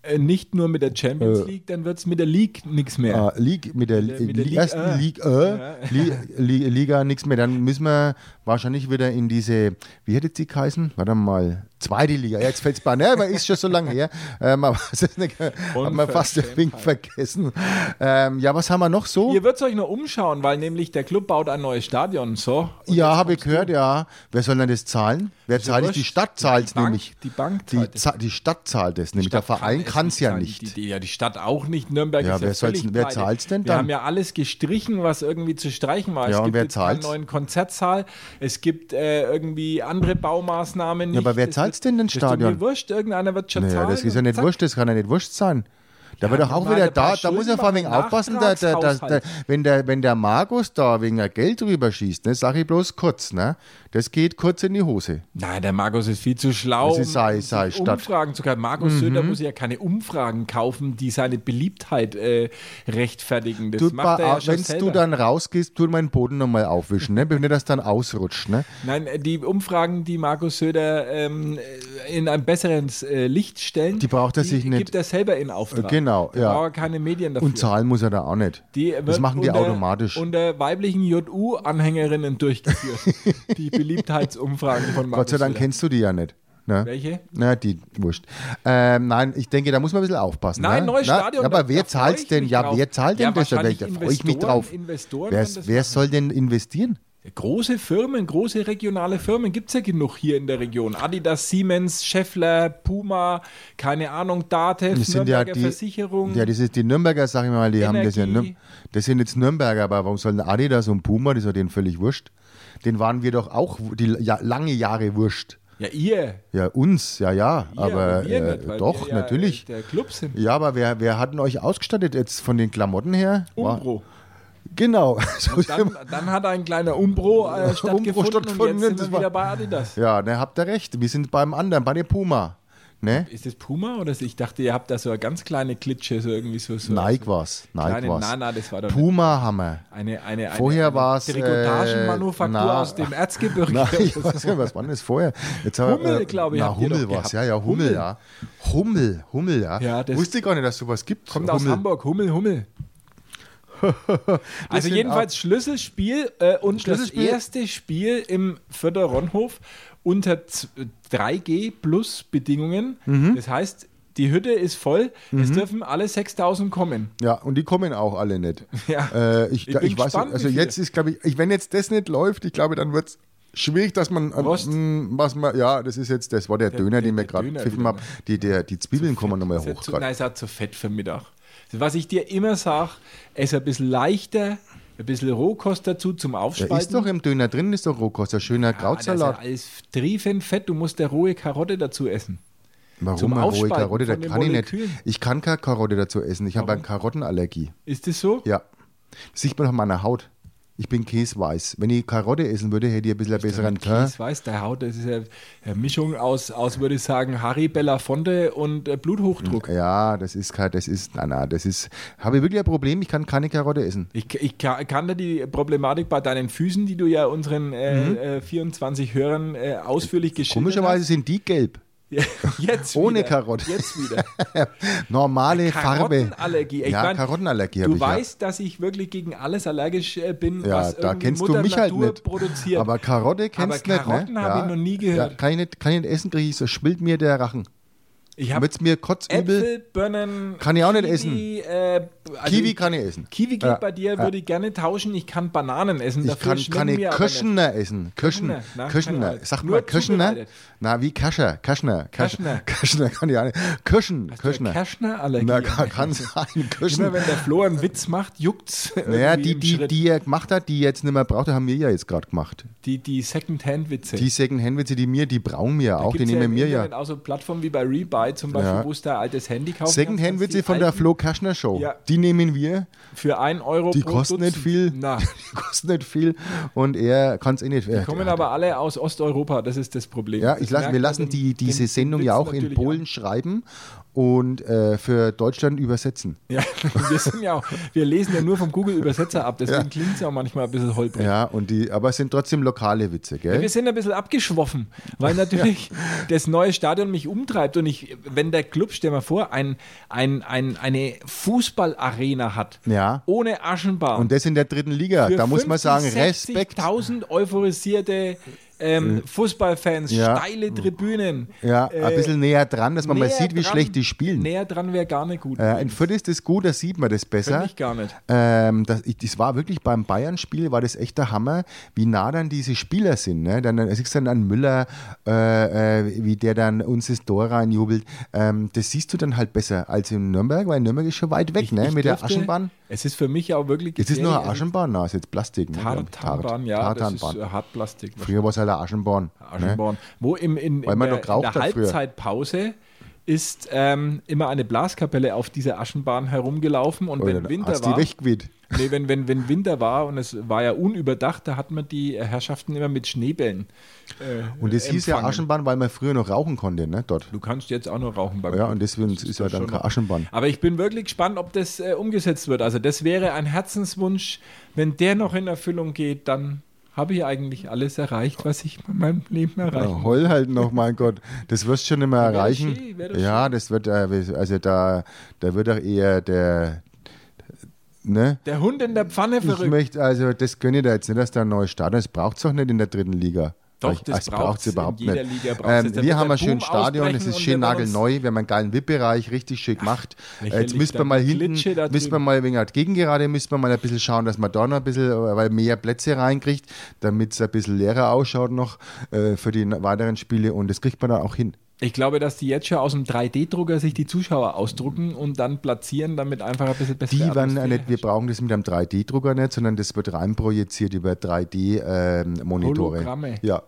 äh, nicht nur mit der Champions League, dann wird es mit der League nichts mehr. Äh. Ah, League, mit der, der- mit der Li- Liga, ersten äh. Liga, äh, Li- Li- Liga nichts mehr. Dann müssen wir wahrscheinlich wieder in diese, wie hätte sie geheißen? Warte mal, zweite Liga. Ja, jetzt fällt es bei, ne, aber ist schon so lange her. Ähm, aber es ist nicht, haben wir fast den Wink vergessen. Ähm, ja, was haben wir noch so? halt. Ihr würdet euch nur umschauen, weil nämlich der Club baut ein neues Stadion. So. ja, habe ich gehört, ja. Wer soll denn das zahlen? Wer zahlt es? Die wurscht. Stadt zahlt es Bank- nämlich. Also die Bank Die, zahlt es. Za- die Stadt zahlt es nämlich. Der Verein kann es ja nicht. Die, die, ja, die Stadt auch nicht. Nürnberg Ja, ist wer ja soll's- völlig wer pleite. zahlt's denn Wir dann? haben ja alles gestrichen, was irgendwie zu streichen war. Ja, es und gibt wer jetzt keinen zahlt's? neuen Konzertsaal. Es gibt äh, irgendwie andere Baumaßnahmen. Nicht. aber wer Das zahlt's wird- denn, den das ist doch Stadion? Mir wurscht, irgendeiner wird schon Naja, zahlen. das ist ja und nicht zack. wurscht, das kann ja nicht wurscht sein. Da wird doch auch mal wieder ein paar da, da muss ja Schulden vor allem machen, aufpassen, da, da, da, da, Nachtragshaushalt. wenn, der, wenn der Markus da wegen der Geld drüber schießt, ne, sag ich bloß kurz, ne? Das geht kurz in die Hose. Nein, der Markus ist viel zu schlau, um Das ist sei- sei Mhm. sich Stadt. Umfragen zu kaufen. Markus Söder muss ja keine Umfragen kaufen, die seine Beliebtheit äh, rechtfertigen. Das Tut mal, macht er ja schon wenn selber. ah, du dann rausgehst, tu meinen Boden nochmal aufwischen, ne? Wenn das dann ausrutscht, ne? Nein, äh, die Umfragen, die Markus Söder ähm, äh, in ein besseres äh, Licht stellen, Die braucht er sich nicht- gibt er selber in Auftrag. Äh, genau, da ja. braucht er keine Medien dafür. Und zahlen muss er da auch nicht. Die das wird machen die unter, automatisch. Unter weiblichen JU-Anhängerinnen durchgeführt. die Beliebtheitsumfragen von Markus Gott sei Dank Söder. kennst du die ja nicht. Ne? Welche? Na, die wurscht. Ähm, nein, ich denke, da muss man ein bisschen aufpassen. Nein, ne? neues Na, Stadion. Aber da- wer da freu zahlt ich denn? mich Ja, drauf. wer zahlt denn ja, das? Da wahrscheinlich freue ich mich Investoren- drauf. Investoren Wer, werden das wer soll denn investieren? Große Firmen, große regionale Firmen gibt es ja genug hier in der Region. Adidas, Siemens, Scheffler, Puma, keine Ahnung, DATEV, Das sind ja Nürnberger die, Versicherung. ja, das ist die Nürnberger, sag ich mal, die haben das ja. Energie. Nür- Das sind jetzt Nürnberger, aber warum sollen Adidas und Puma, das ist ja denen völlig wurscht. Den waren wir doch auch wu- die ja, lange Jahre wurscht. ja ihr. Ja, uns, ja, ja, ihr aber wir äh, nicht, weil doch, wir ja, natürlich. äh, Der Club sind. Ja, aber wer, wer hat denn euch ausgestattet jetzt von den Klamotten her? War- Umbro. Genau. So Dann, dann hat ein kleiner Umbro äh, stattgefunden, Umbro stattgefunden, und jetzt das sind war- wir wieder bei Adidas. Ja, ne, habt ihr recht. Wir sind beim anderen, bei dem Puma. Ne? Ist das Puma oder ist, ich dachte, ihr habt da so eine ganz kleine Klitsche, so irgendwie so. so Nike war's. Nike Kleine- war's. na, na, das war doch nicht- Puma Hammer. Eine, eine, eine, Vorher eine war's, äh, Trikotagenmanufaktur na- aus dem Erzgebirge. Na, ich weiß nicht, was war denn das vorher? Jetzt haben wir, äh, Hummel, glaube ich, Na, habt ihr Hummel doch war's, gehabt. ja, ja, Hummel, Hummel. ja. Hummel, Hummel, ja. Ja, das- Wusste ich gar nicht, dass sowas gibt. Kommt aus Hummel. Hamburg, Hummel, Hummel. also sind jedenfalls Schlüsselspiel äh, und Schlüsselspiel. das erste Spiel im Förder Ronhof unter z- 3G plus Bedingungen. Mhm. Das heißt, die Hütte ist voll, es dürfen alle 6000 kommen. Ja, und die kommen auch alle nicht. Ja. Äh, ich Ich ich, bin weiß gespannt, nicht, also wie viele. jetzt ist, glaube ich, ich, wenn jetzt das nicht läuft, ich glaube, dann wird es schwierig, dass man, äh, Rost. mh, was man, ja, das ist jetzt, das war der, Döner, den der- der wir gerade Döner pfiffen wieder, haben. Die, der, die Zwiebeln kommen nochmal Ist ja hoch zu, gerade. nein, ist auch zu fett für Mittag. Was ich dir immer sage, es ein bisschen leichter, ein bisschen Rohkost dazu zum Der Aufspalten. ist doch im Döner drin, ist doch Rohkost, ein schöner Ah, das Krautsalat. ist ja alles triefend fett, du musst der rohe Karotte dazu essen. Warum zum eine rohe Aufspalten Karotte? Da von den kann ich nicht. Molekülen. Ich kann keine Karotte dazu essen. Ich habe eine Karottenallergie. Ist das so? Ja. Das sieht man auf meiner Haut. Ich bin käseweiß. Wenn ich Karotte essen würde, hätte ich ein bisschen einen besseren Teint. Das weiß der Haut, das ist ja eine Mischung aus, aus würde ich sagen, Harry Belafonte und äh, Mhm. Bluthochdruck. Ja, das ist kein, das ist, na, na, das ist, habe ich wirklich ein Problem, ich kann keine Karotte essen. Ich, ich ka- kannte die Problematik bei deinen Füßen, die du ja unseren äh, äh, 24 Hörern äh, ausführlich geschildert Mhm. Komischerweise sind die gelb. hast. Jetzt ohne wieder. Karotte. Jetzt wieder. Normale Farbe. Karottenallergie. Ich ja, mein, Karottenallergie habe Du ich. ja. weißt, dass ich wirklich gegen alles allergisch äh, bin, ja, was da irgendwie kennst Mutter du mich halt Natur nicht. produziert. Aber Karotte kennst du nicht, Karotten ne? habe ja. ich noch nie gehört. Ja, kann ich nicht, kann ich nicht essen, kriege ich so, schwillt mir der Rachen. ich habe Wird's mir kotzübel. Äpfel, Birnen, Kann ich auch nicht Kiwi, Äh, also Kiwi ich- kann ich essen. Kiwi geht Ja, bei dir, würde ich gerne tauschen. Ich kann Bananen essen. Ich dafür kann, schmecken kann ich mir aber nicht. Köschener essen. Köschen, Köschener, na, keine Köschener. Ahnung. Sag Nur mal Köschener. zubereitet. Na, wie Kascher. Kaschner. Kaschner. Kaschner. Kaschner kann ich auch nicht. Köschen. Hast du eine Köschner. Kirschnerallergie? Na, kann, kann sein. Immer Köschen. wenn der Flo einen Witz macht, juckt's. Naja, irgendwie die, im die, Schritt. die er gemacht hat, die jetzt nicht mehr braucht, die haben wir ja jetzt gerade gemacht. die, die Second-Hand-Witze. Die Second-Hand-Witze, die mir, die brauchen mir auch, die Gibt's ja nehmen im mir ja. Internet Auch so Plattformen wie bei Rebuy zum Beispiel, Ja. wo es da altes Handy kaufen Second-Hand-Witze kannst, die von der alten Flo Kaschner Show, Ja. die nehmen wir, Für 1 Euro die pro kosten nicht Dutzend. viel, Na, die kosten nicht viel und er kann es eh nicht. Die kommen aber alle aus Osteuropa, das ist das Problem. Ja, Das ich lass, merkt wir man lassen den- die, diese den Sendung ja Witzen auch in natürlich Polen schreiben und äh, für Deutschland übersetzen. Ja, wir sind ja auch, wir lesen ja nur vom Google-Übersetzer ab, deswegen klingt es ja auch manchmal ein bisschen holprig. Ja, und die, aber es sind trotzdem lokale Witze, gell? Wir sind ein bisschen abgeschwoffen, weil natürlich das neue Stadion mich umtreibt. Und ich, wenn der Club, stell mal vor, ein, ein, ein, eine Fußballarena hat, Ja. ohne Aschenbar. und das in der dritten Liga. für Da muss man sagen, 50.000, Respekt. Äh, 60.000 euphorisierte ähm, Fußballfans, Ja. steile Tribünen. äh, Ja, ein bisschen näher dran, dass man mal näher sieht, wie dran- schlecht die spielen. Näher dran wäre gar nicht gut. Äh, ein Viertel ist das gut, da sieht man das besser. Find ich gar nicht. Ähm, das, ich, das war wirklich beim Bayern-Spiel, war das echt der Hammer, wie nah dann diese Spieler sind. Ne? Dann, dann siehst du dann an Müller, äh, äh, wie der dann uns das Tor reinjubelt. Ähm, das siehst du dann halt besser als in Nürnberg, weil Nürnberg ist schon weit weg, Ich- ne? ich mit der durfte- Aschenbahn. Es ist für mich auch wirklich. Es ist nur eine gefährlich. Aschenbahn, na, ist jetzt Plastik. Ne? Tartanbahn, Tart- ja, das Tartanbahn. ist äh, Hartplastik. Früher war es halt eine Aschenbahn. Ne? Aschenborn. Wo im, in, Weil in, man der, noch geraucht in der hat früher. Halbzeitpause ist ähm, immer eine Blaskapelle auf dieser Aschenbahn herumgelaufen und Oder wenn Winter Oh, hast die war, weggeweht. nee, wenn, wenn, wenn Winter war und es war ja unüberdacht, da hat man die äh, Herrschaften immer mit Schneebällen. äh, Und das hieß ja empfangen. Aschenbahn, weil man früher noch rauchen konnte, ne? Dort. Du kannst jetzt auch noch rauchen beim Ja, Club. und deswegen ist ja dann schon keine noch- Aschenbahn. Aber ich bin wirklich gespannt, ob das äh, umgesetzt wird. Also das wäre ein Herzenswunsch. Wenn der noch in Erfüllung geht, dann habe ich eigentlich alles erreicht, was ich in meinem Leben erreichen Ja, heul halt noch, mein Gott. Das wirst du schon nicht mehr doch erreichen. schön, wär doch ja, das wird, äh, also da, da wird doch eher der, ne? Der Hund in der Pfanne Ich verrückt. möchte, also das gönne ich da jetzt nicht, dass da ein neues Stadion ist. Das braucht es doch nicht in der dritten Liga. Doch, Also, das braucht's in überhaupt jeder nicht. Liga braucht's ähm, das. Da wir wird haben der ein schönes Boom Stadion, es ausbrechen ist und schön wir wollen uns- nagelneu, wir haben einen geilen VIP-Bereich, richtig schick gemacht. Äh, lächerlich, Jetzt müssen da wir mal mit hinten, Glitsche da müssen wir drüben. mal wegen der Gegengerade, müssen wir mal ein bisschen schauen, dass man da noch ein bisschen, äh, weil mehr Plätze reinkriegt, damit es ein bisschen leerer ausschaut noch äh, für die na- weiteren Spiele und das kriegt man dann auch hin. Ich glaube, dass die jetzt schon aus dem 3D-Drucker sich die Zuschauer ausdrucken und dann platzieren, damit einfach ein bisschen besser Die werden ja nicht, wir brauchen das mit einem 3D-Drucker nicht, sondern das wird reinprojiziert über 3D-Monitore. Hologramme. Ja.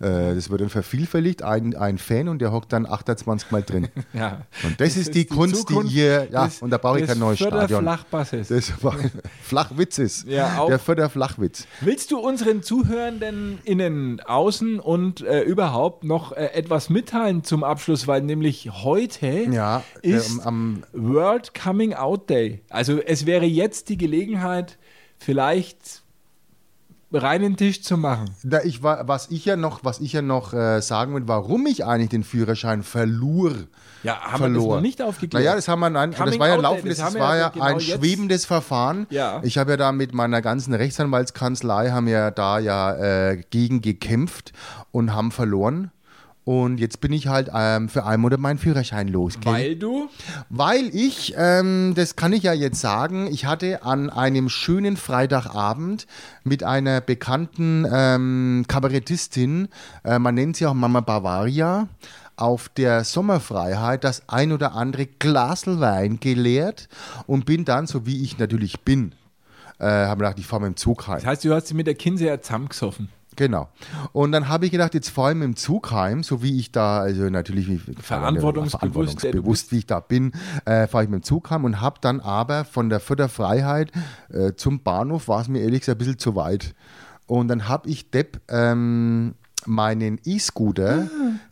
Äh, Das wird dann vervielfältigt, ein, ein Fan und der hockt dann 28 Mal drin. Ja. Und das, ist die Kunst, Zukunft die hier, ja, des- und da brauche ich des kein neues Stadion. Förderflachbasses. Das war Flachwitz ist. Ja, auch. der Förderflachwitz. Willst du unseren Zuhörenden innen, außen und äh, überhaupt noch äh, etwas mitteilen zum Abschluss, weil nämlich heute Ja, ist ähm, am- World Coming Out Day. Also es wäre jetzt die Gelegenheit, vielleicht reinen Tisch zu machen. Da ich war, was ich ja noch, was ich ja noch äh, sagen will, warum ich eigentlich den Führerschein verlor. Ja, haben wir das verlor. noch nicht aufgeklärt? Naja, das haben wir nein, das Coming war ja out, ein laufendes, das haben das wir war ja ja genau ein jetzt. schwebendes Verfahren. Ja. Ich habe ja da mit meiner ganzen Rechtsanwaltskanzlei haben ja da ja äh, gegen gekämpft und haben verloren. Und jetzt bin ich halt ähm, für einen Monat meinen Führerschein los. gell? Weil du Weil ich, ähm, das kann ich ja jetzt sagen, ich hatte an einem schönen Freitagabend mit einer bekannten ähm, Kabarettistin, äh, man nennt sie auch Mama Bavaria, auf der Sommerfreiheit das ein oder andere Glasel Wein geleert und bin dann, so wie ich natürlich bin, äh, habe gedacht, ich fahre mit dem Zug heim. Das heißt, du hast sie mit der Kinseer zusammengesoffen. Genau. Und dann habe ich gedacht, jetzt vor allem im Zug heim, so wie ich da, also natürlich wie Verantwortungsbewusst, der du verantwortungsbewusst wie ich da bin, äh, fahre ich mit dem Zug heim und habe dann aber von der Vierter Freiheit äh, zum Bahnhof, war es mir ehrlich gesagt ein bisschen zu weit. Und dann habe ich Depp ähm, meinen E-Scooter,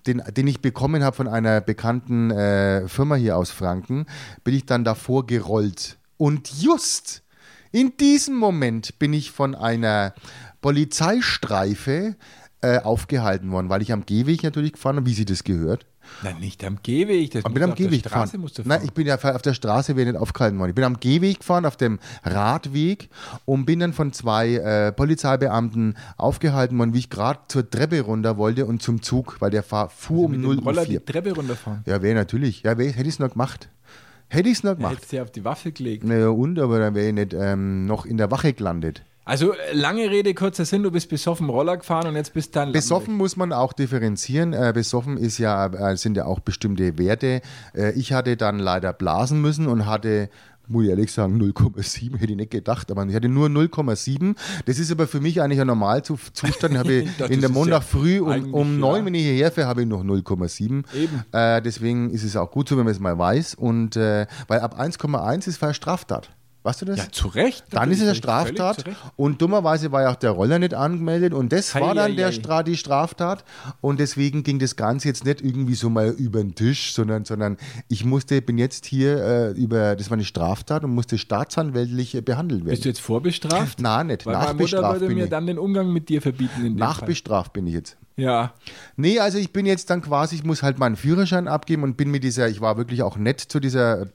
den, den ich bekommen habe von einer bekannten äh, Firma hier aus Franken, bin ich dann davor gerollt. Und just in diesem Moment bin ich von einer Polizeistreife äh, aufgehalten worden, weil ich am Gehweg natürlich gefahren bin, wie sie das gehört. Na, nicht am Gehweg. Das Ich musst bin du am auf Gehweg der Straße gefahren. musst du Nein, fahren. ich bin ja auf der Straße, wäre nicht aufgehalten worden. Ich bin am Gehweg gefahren, auf dem Radweg und bin dann von zwei äh, Polizeibeamten aufgehalten worden, wie ich gerade zur Treppe runter wollte und zum Zug, weil der fahr, fuhr um Also mit dem 0 Uhr. Roller die vier. Treppe runterfahren. Ja, wäre natürlich. Ja, wär, hätte ich es noch gemacht. Hätte ich es noch gemacht. Hättest du dir auf die Waffe gelegt. Naja, und, aber dann wäre ich nicht ähm, noch in der Wache gelandet. Also äh, lange Rede, kurzer Sinn, du bist besoffen Roller gefahren und jetzt bist du dann Besoffen muss man auch differenzieren. Äh, besoffen ist ja, äh, sind ja auch bestimmte Werte. Äh, ich hatte dann leider blasen müssen und hatte, muss ich ehrlich sagen, 0,7 hätte ich nicht gedacht, aber ich hatte nur 0,7. Das ist aber für mich eigentlich ein Normalzustand. Habe ich Das in der ist Montag ja früh um, eigentlich, um 9, ja. wenn ich hierher fahre, habe ich noch 0,7. Eben. Äh, deswegen ist es auch gut so, wenn man es mal weiß. Und äh, weil ab 1,1 ist Verstraftat. Weißt du das? Ja, zu Recht. Dann ist es eine natürlich, völlig Straftat. zu Recht. Und dummerweise war ja auch der Roller nicht angemeldet. Und das Ei, war dann ei, der ei. Stra die Straftat. Und deswegen ging das Ganze jetzt nicht irgendwie so mal über den Tisch, sondern, sondern ich musste, bin jetzt hier äh, über, das war eine Straftat und musste staatsanwältlich äh, behandelt werden. Bist du jetzt vorbestraft? Nein, nicht. Weil meine Mutter Nachbestraft würde bin mir ich. dann den Umgang mit dir verbieten. In dem Fall. Nachbestraft bin ich jetzt. Ja. Nee, also ich bin jetzt dann quasi, ich muss halt meinen Führerschein abgeben und bin mit dieser, ich war wirklich auch nett zu dieser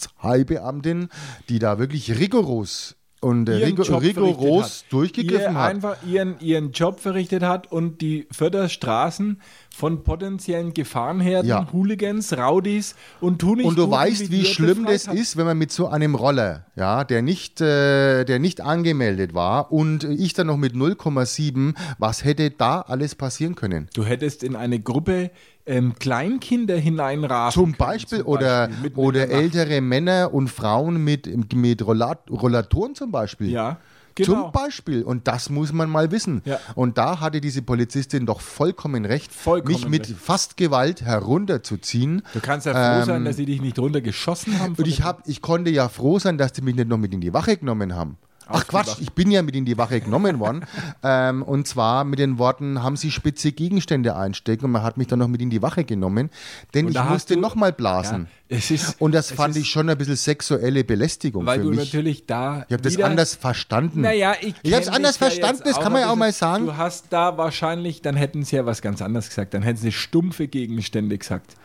Polizeibeamtin, die da wirklich rigoros und äh, ihren rigor- Job rigoros verrichtet hat. durchgegriffen ihr hat. einfach ihren, ihren Job verrichtet hat und die Förderstraßen von potenziellen Gefahrenherden, Ja. Hooligans, Rowdies und tu nicht Und du Guten weißt, wie Idioten schlimm befreit das hat. ist, wenn man mit so einem Roller, ja, der nicht, äh, der nicht angemeldet war und ich dann noch mit 0,7, was hätte da alles passieren können? Du hättest in eine Gruppe ähm, Kleinkinder hineinraten. Zum können, Beispiel, zum oder, Beispiel, mitten in oder der Nacht. ältere Männer und Frauen mit, mit Rollat Rollatoren zum Beispiel. Ja, genau. Zum Beispiel. Und das muss man mal wissen. Ja. Und da hatte diese Polizistin doch vollkommen recht, Vollkommen mich mit recht. fast Gewalt herunterzuziehen. Äh, Du kannst ja froh sein, dass sie dich nicht runtergeschossen haben. von Ähm, Und ich, der- hab, ich konnte ja froh sein, dass die mich nicht noch mit in die Wache genommen haben. Ach die Quatsch, Wache. ich bin ja mit in die Wache genommen worden. ähm, und zwar mit den Worten, haben sie spitze Gegenstände einstecken und man hat mich dann noch mit in die Wache genommen, denn Und ich da hast musste du- nochmal ja, blasen. es ist, Und das es fand ist, ich schon ein bisschen sexuelle Belästigung Weil für du mich. Ich natürlich da. habe das wieder- anders verstanden. Naja, ich, ich habe es kenn anders dich ja verstanden, jetzt das kann man ein ja auch mal bisschen. sagen. Du hast da wahrscheinlich, dann hätten sie ja was ganz anderes gesagt. Dann hätten sie stumpfe Gegenstände gesagt.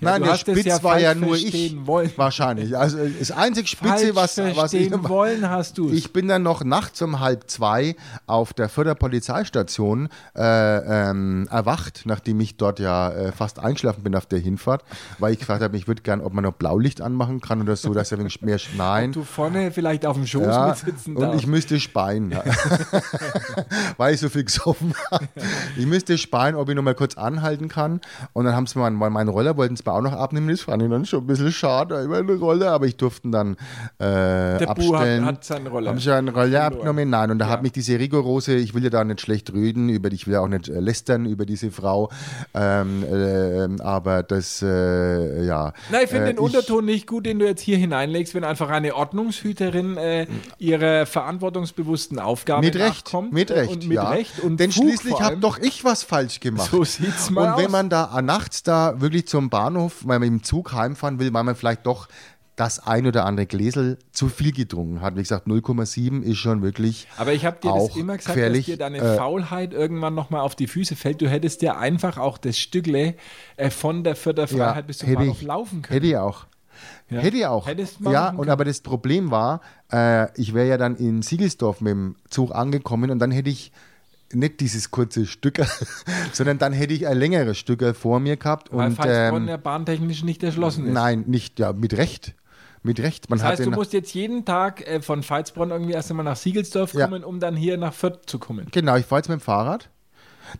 Ja, Nein, du der hast es Spitz war falsch ja nur ich. verstehen Wollen. Wahrscheinlich. Also das einzig Spitze, falsch was, was ich. verstehen wollen hast du Ich bin dann noch nachts um halb zwei auf der Förderpolizeistation äh, ähm, erwacht, nachdem ich dort ja äh, fast eingeschlafen bin auf der Hinfahrt, weil ich gefragt habe, ich würde gern, ob man noch Blaulicht anmachen kann oder so, dass er wegen mehr Nein. Du vorne vielleicht auf dem Schoß Ja, mitsitzen und ich müsste speien, weil ich so viel gesoffen habe. Ich müsste speien, ob ich noch mal kurz anhalten kann. Und dann haben sie mir meinen, meinen Roller, wollten sie mir auch noch abnehmen. Das fand ich dann schon ein bisschen schade, über den Roller, aber ich durfte ihn dann Der äh, Bu hat- abstellen. hat seinen Roller Haben sie einen Roller verloren. abgenommen? Nein, und da hat mich diese rigorose, ich will ja da nicht schlecht reden, über die, ich will ja auch nicht äh, lästern über diese Frau, ähm, ähm, aber das, äh, ja. Nein, ich finde Äh, den Unterton nicht gut, den du jetzt hier hineinlegst, wenn einfach eine Ordnungshüterin äh, ihrer verantwortungsbewussten Aufgabe Mit Recht, nachkommt. mit äh, Recht, und mit ja. Recht und Denn Fug schließlich vor habe allem. doch ich was falsch gemacht. So sieht's mal Und wenn aus. man da äh, nachts da wirklich zum Bahnhof, weil man im Zug heimfahren will, weil man vielleicht doch das ein oder andere Gläsel zu viel getrunken hat. Wie gesagt, 0,7 ist schon wirklich Aber ich habe dir auch das immer gesagt, gefährlich. dass dir deine äh, Faulheit irgendwann nochmal auf die Füße fällt. Du hättest ja einfach auch das Stückle äh, von der Förderfreiheit bis zum hätte Bahnhof ich- laufen können. Hätte ich auch. Ja. Hätte ich auch. Hättest machen ja, können. und aber das Problem war, äh, ich wäre ja dann in Siegelsdorf mit dem Zug angekommen und dann hätte ich nicht dieses kurze Stück, sondern dann hätte ich ein längeres Stück vor mir gehabt. Weil und, Pfalzbronn ähm, ja bahntechnisch nicht erschlossen ist. nein, nicht, ja, mit Recht. Mit Recht. Man Das hat heißt, den, du musst jetzt jeden Tag äh, von Veitsbronn irgendwie erst einmal nach Siegelsdorf Ja. kommen, um dann hier nach Fürth zu kommen. Genau, ich fahre jetzt mit dem Fahrrad,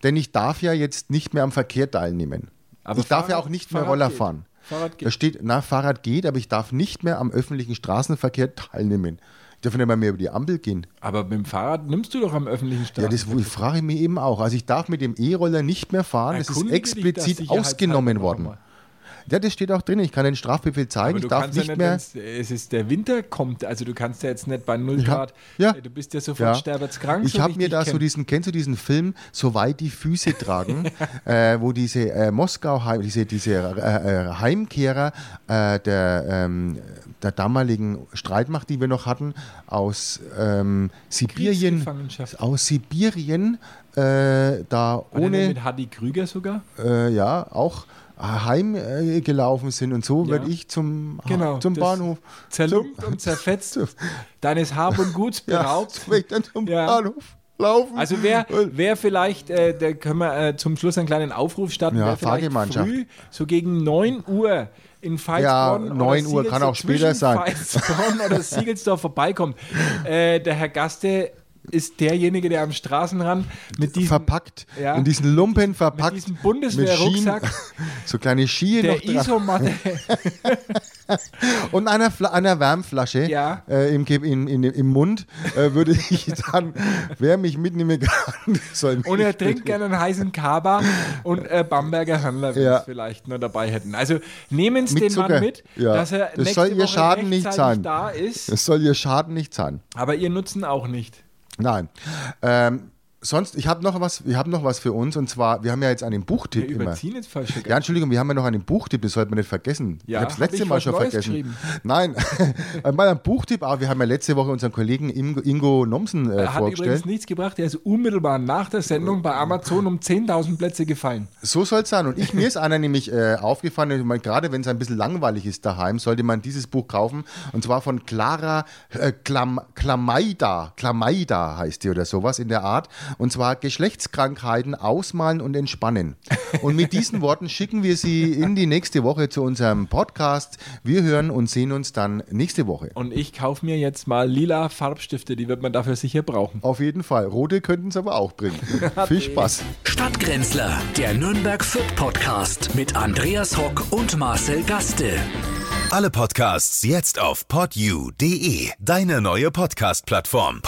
denn ich darf ja jetzt nicht mehr am Verkehr teilnehmen. Aber ich darf ja Fahrrad- auch nicht mehr Fahrrad Roller geht. fahren. Fahrrad Da geht. steht, na, Fahrrad geht, aber ich darf nicht mehr am öffentlichen Straßenverkehr teilnehmen. Ich darf nicht mal mehr über die Ampel gehen. Aber mit dem Fahrrad nimmst du doch am öffentlichen Ja, Straßen. das wo- frage ich mich eben auch. Also ich darf mit dem E-Roller nicht mehr fahren. Das ist Erkundige dich da explizit sicherheitshalber ausgenommen halt noch worden. mal. Ja, das steht auch drin. Ich kann den Strafbefehl zeigen. Aber Ich du darf kannst ja nicht nicht, mehr. wenn's- äh, es ist der Winter kommt, also du kannst ja jetzt nicht bei 0 Ja, Grad, ja. äh, du bist ja sofort Ja. sterbenskrank. Ich so wie habe mir dich da so kenn. diesen, kennst du diesen Film, so weit die Füße tragen, äh, wo diese äh, Moskau, Heim, diese, diese äh, äh, Heimkehrer äh, der, ähm, der damaligen Streitmacht, die wir noch hatten, aus ähm, Sibirien, Kriegsgefangenschaft. aus Sibirien, äh, War da der nicht ohne Mit Hadi Krüger sogar? äh, ja, auch heimgelaufen äh, gelaufen sind und so Ja. werde ich zum, Genau, zum das- Bahnhof. Zerlumpt und zerfetzt, deines Hab und Guts Ja, beraubt. werd ich dann zum Genau. Ja. Bahnhof laufen. Also wer, Und- wer vielleicht, äh, da können wir äh, zum Schluss einen kleinen Aufruf starten, Ja, wer vielleicht Fahrgemeinschaft. früh, so gegen 9 Uhr in Ja, Veitsbronn 9 Uhr, kann auch später sein. Veitsbronn oder Siegelsdorf vorbeikommt, äh, der Herr Gaste ist derjenige, der am Straßenrand mit diesem verpackt, Ja. in diesen Lumpen verpackt. diesem mit Bundeswehr-Rucksack. Skien- So kleine Ski der noch dran. Isomatte. Und einer, Fla einer Wärmflasche Ja. äh, im, Ge- in, in, im Mund äh, würde ich dann, wer mich mitnehmen kann, soll mich Und er trinkt gerne einen heißen Kaba und äh, Bamberger Handler, wenn Ja. es vielleicht noch dabei hätten. Also nehmen Sie Mit den Zucker. Mann mit, Ja. dass er Das nächste soll ihr Woche Schaden nicht rechtzeitig sein. da ist, Es soll ihr Schaden nicht sein. aber ihr Nutzen auch nicht. Nein. Ähm, sonst, ich habe noch, was- ich hab noch was für uns und zwar, wir haben ja jetzt einen Buchtipp Wir immer. überziehen jetzt voll schon Ja, Entschuldigung, wir haben ja noch einen Buchtipp, das sollte man nicht vergessen. Ja, ich habe das hab letzte ich Mal was schon Neues vergessen. geschrieben? Nein, mal ein Buchtipp, aber wir haben ja letzte Woche unseren Kollegen Ingo, Ingo Nomsen äh, Er hat vorgestellt. übrigens nichts gebracht. Er ist unmittelbar nach der Sendung bei Amazon um 10.000 Plätze gefallen. So soll es sein. Und ich, mir ist einer nämlich äh, aufgefallen, ich meine, gerade wenn es ein bisschen langweilig ist daheim, sollte man dieses Buch kaufen. Und zwar von Clara äh, Klam, Klamaida. Klamaida heißt die oder sowas in der Art. Und zwar Geschlechtskrankheiten ausmalen und entspannen. Und mit diesen Worten schicken wir sie in die nächste Woche zu unserem Podcast. Wir hören und sehen uns dann nächste Woche. Und ich kaufe mir jetzt mal lila Farbstifte, die wird man dafür sicher brauchen. Auf jeden Fall. Rote könnten es aber auch bringen. Viel Spaß. Stadtgrenzler, der Nürnberg Fürth Podcast mit Andreas Hock und Marcel Gaste. Alle Podcasts jetzt auf podyou.de, deine neue Podcast-Plattform.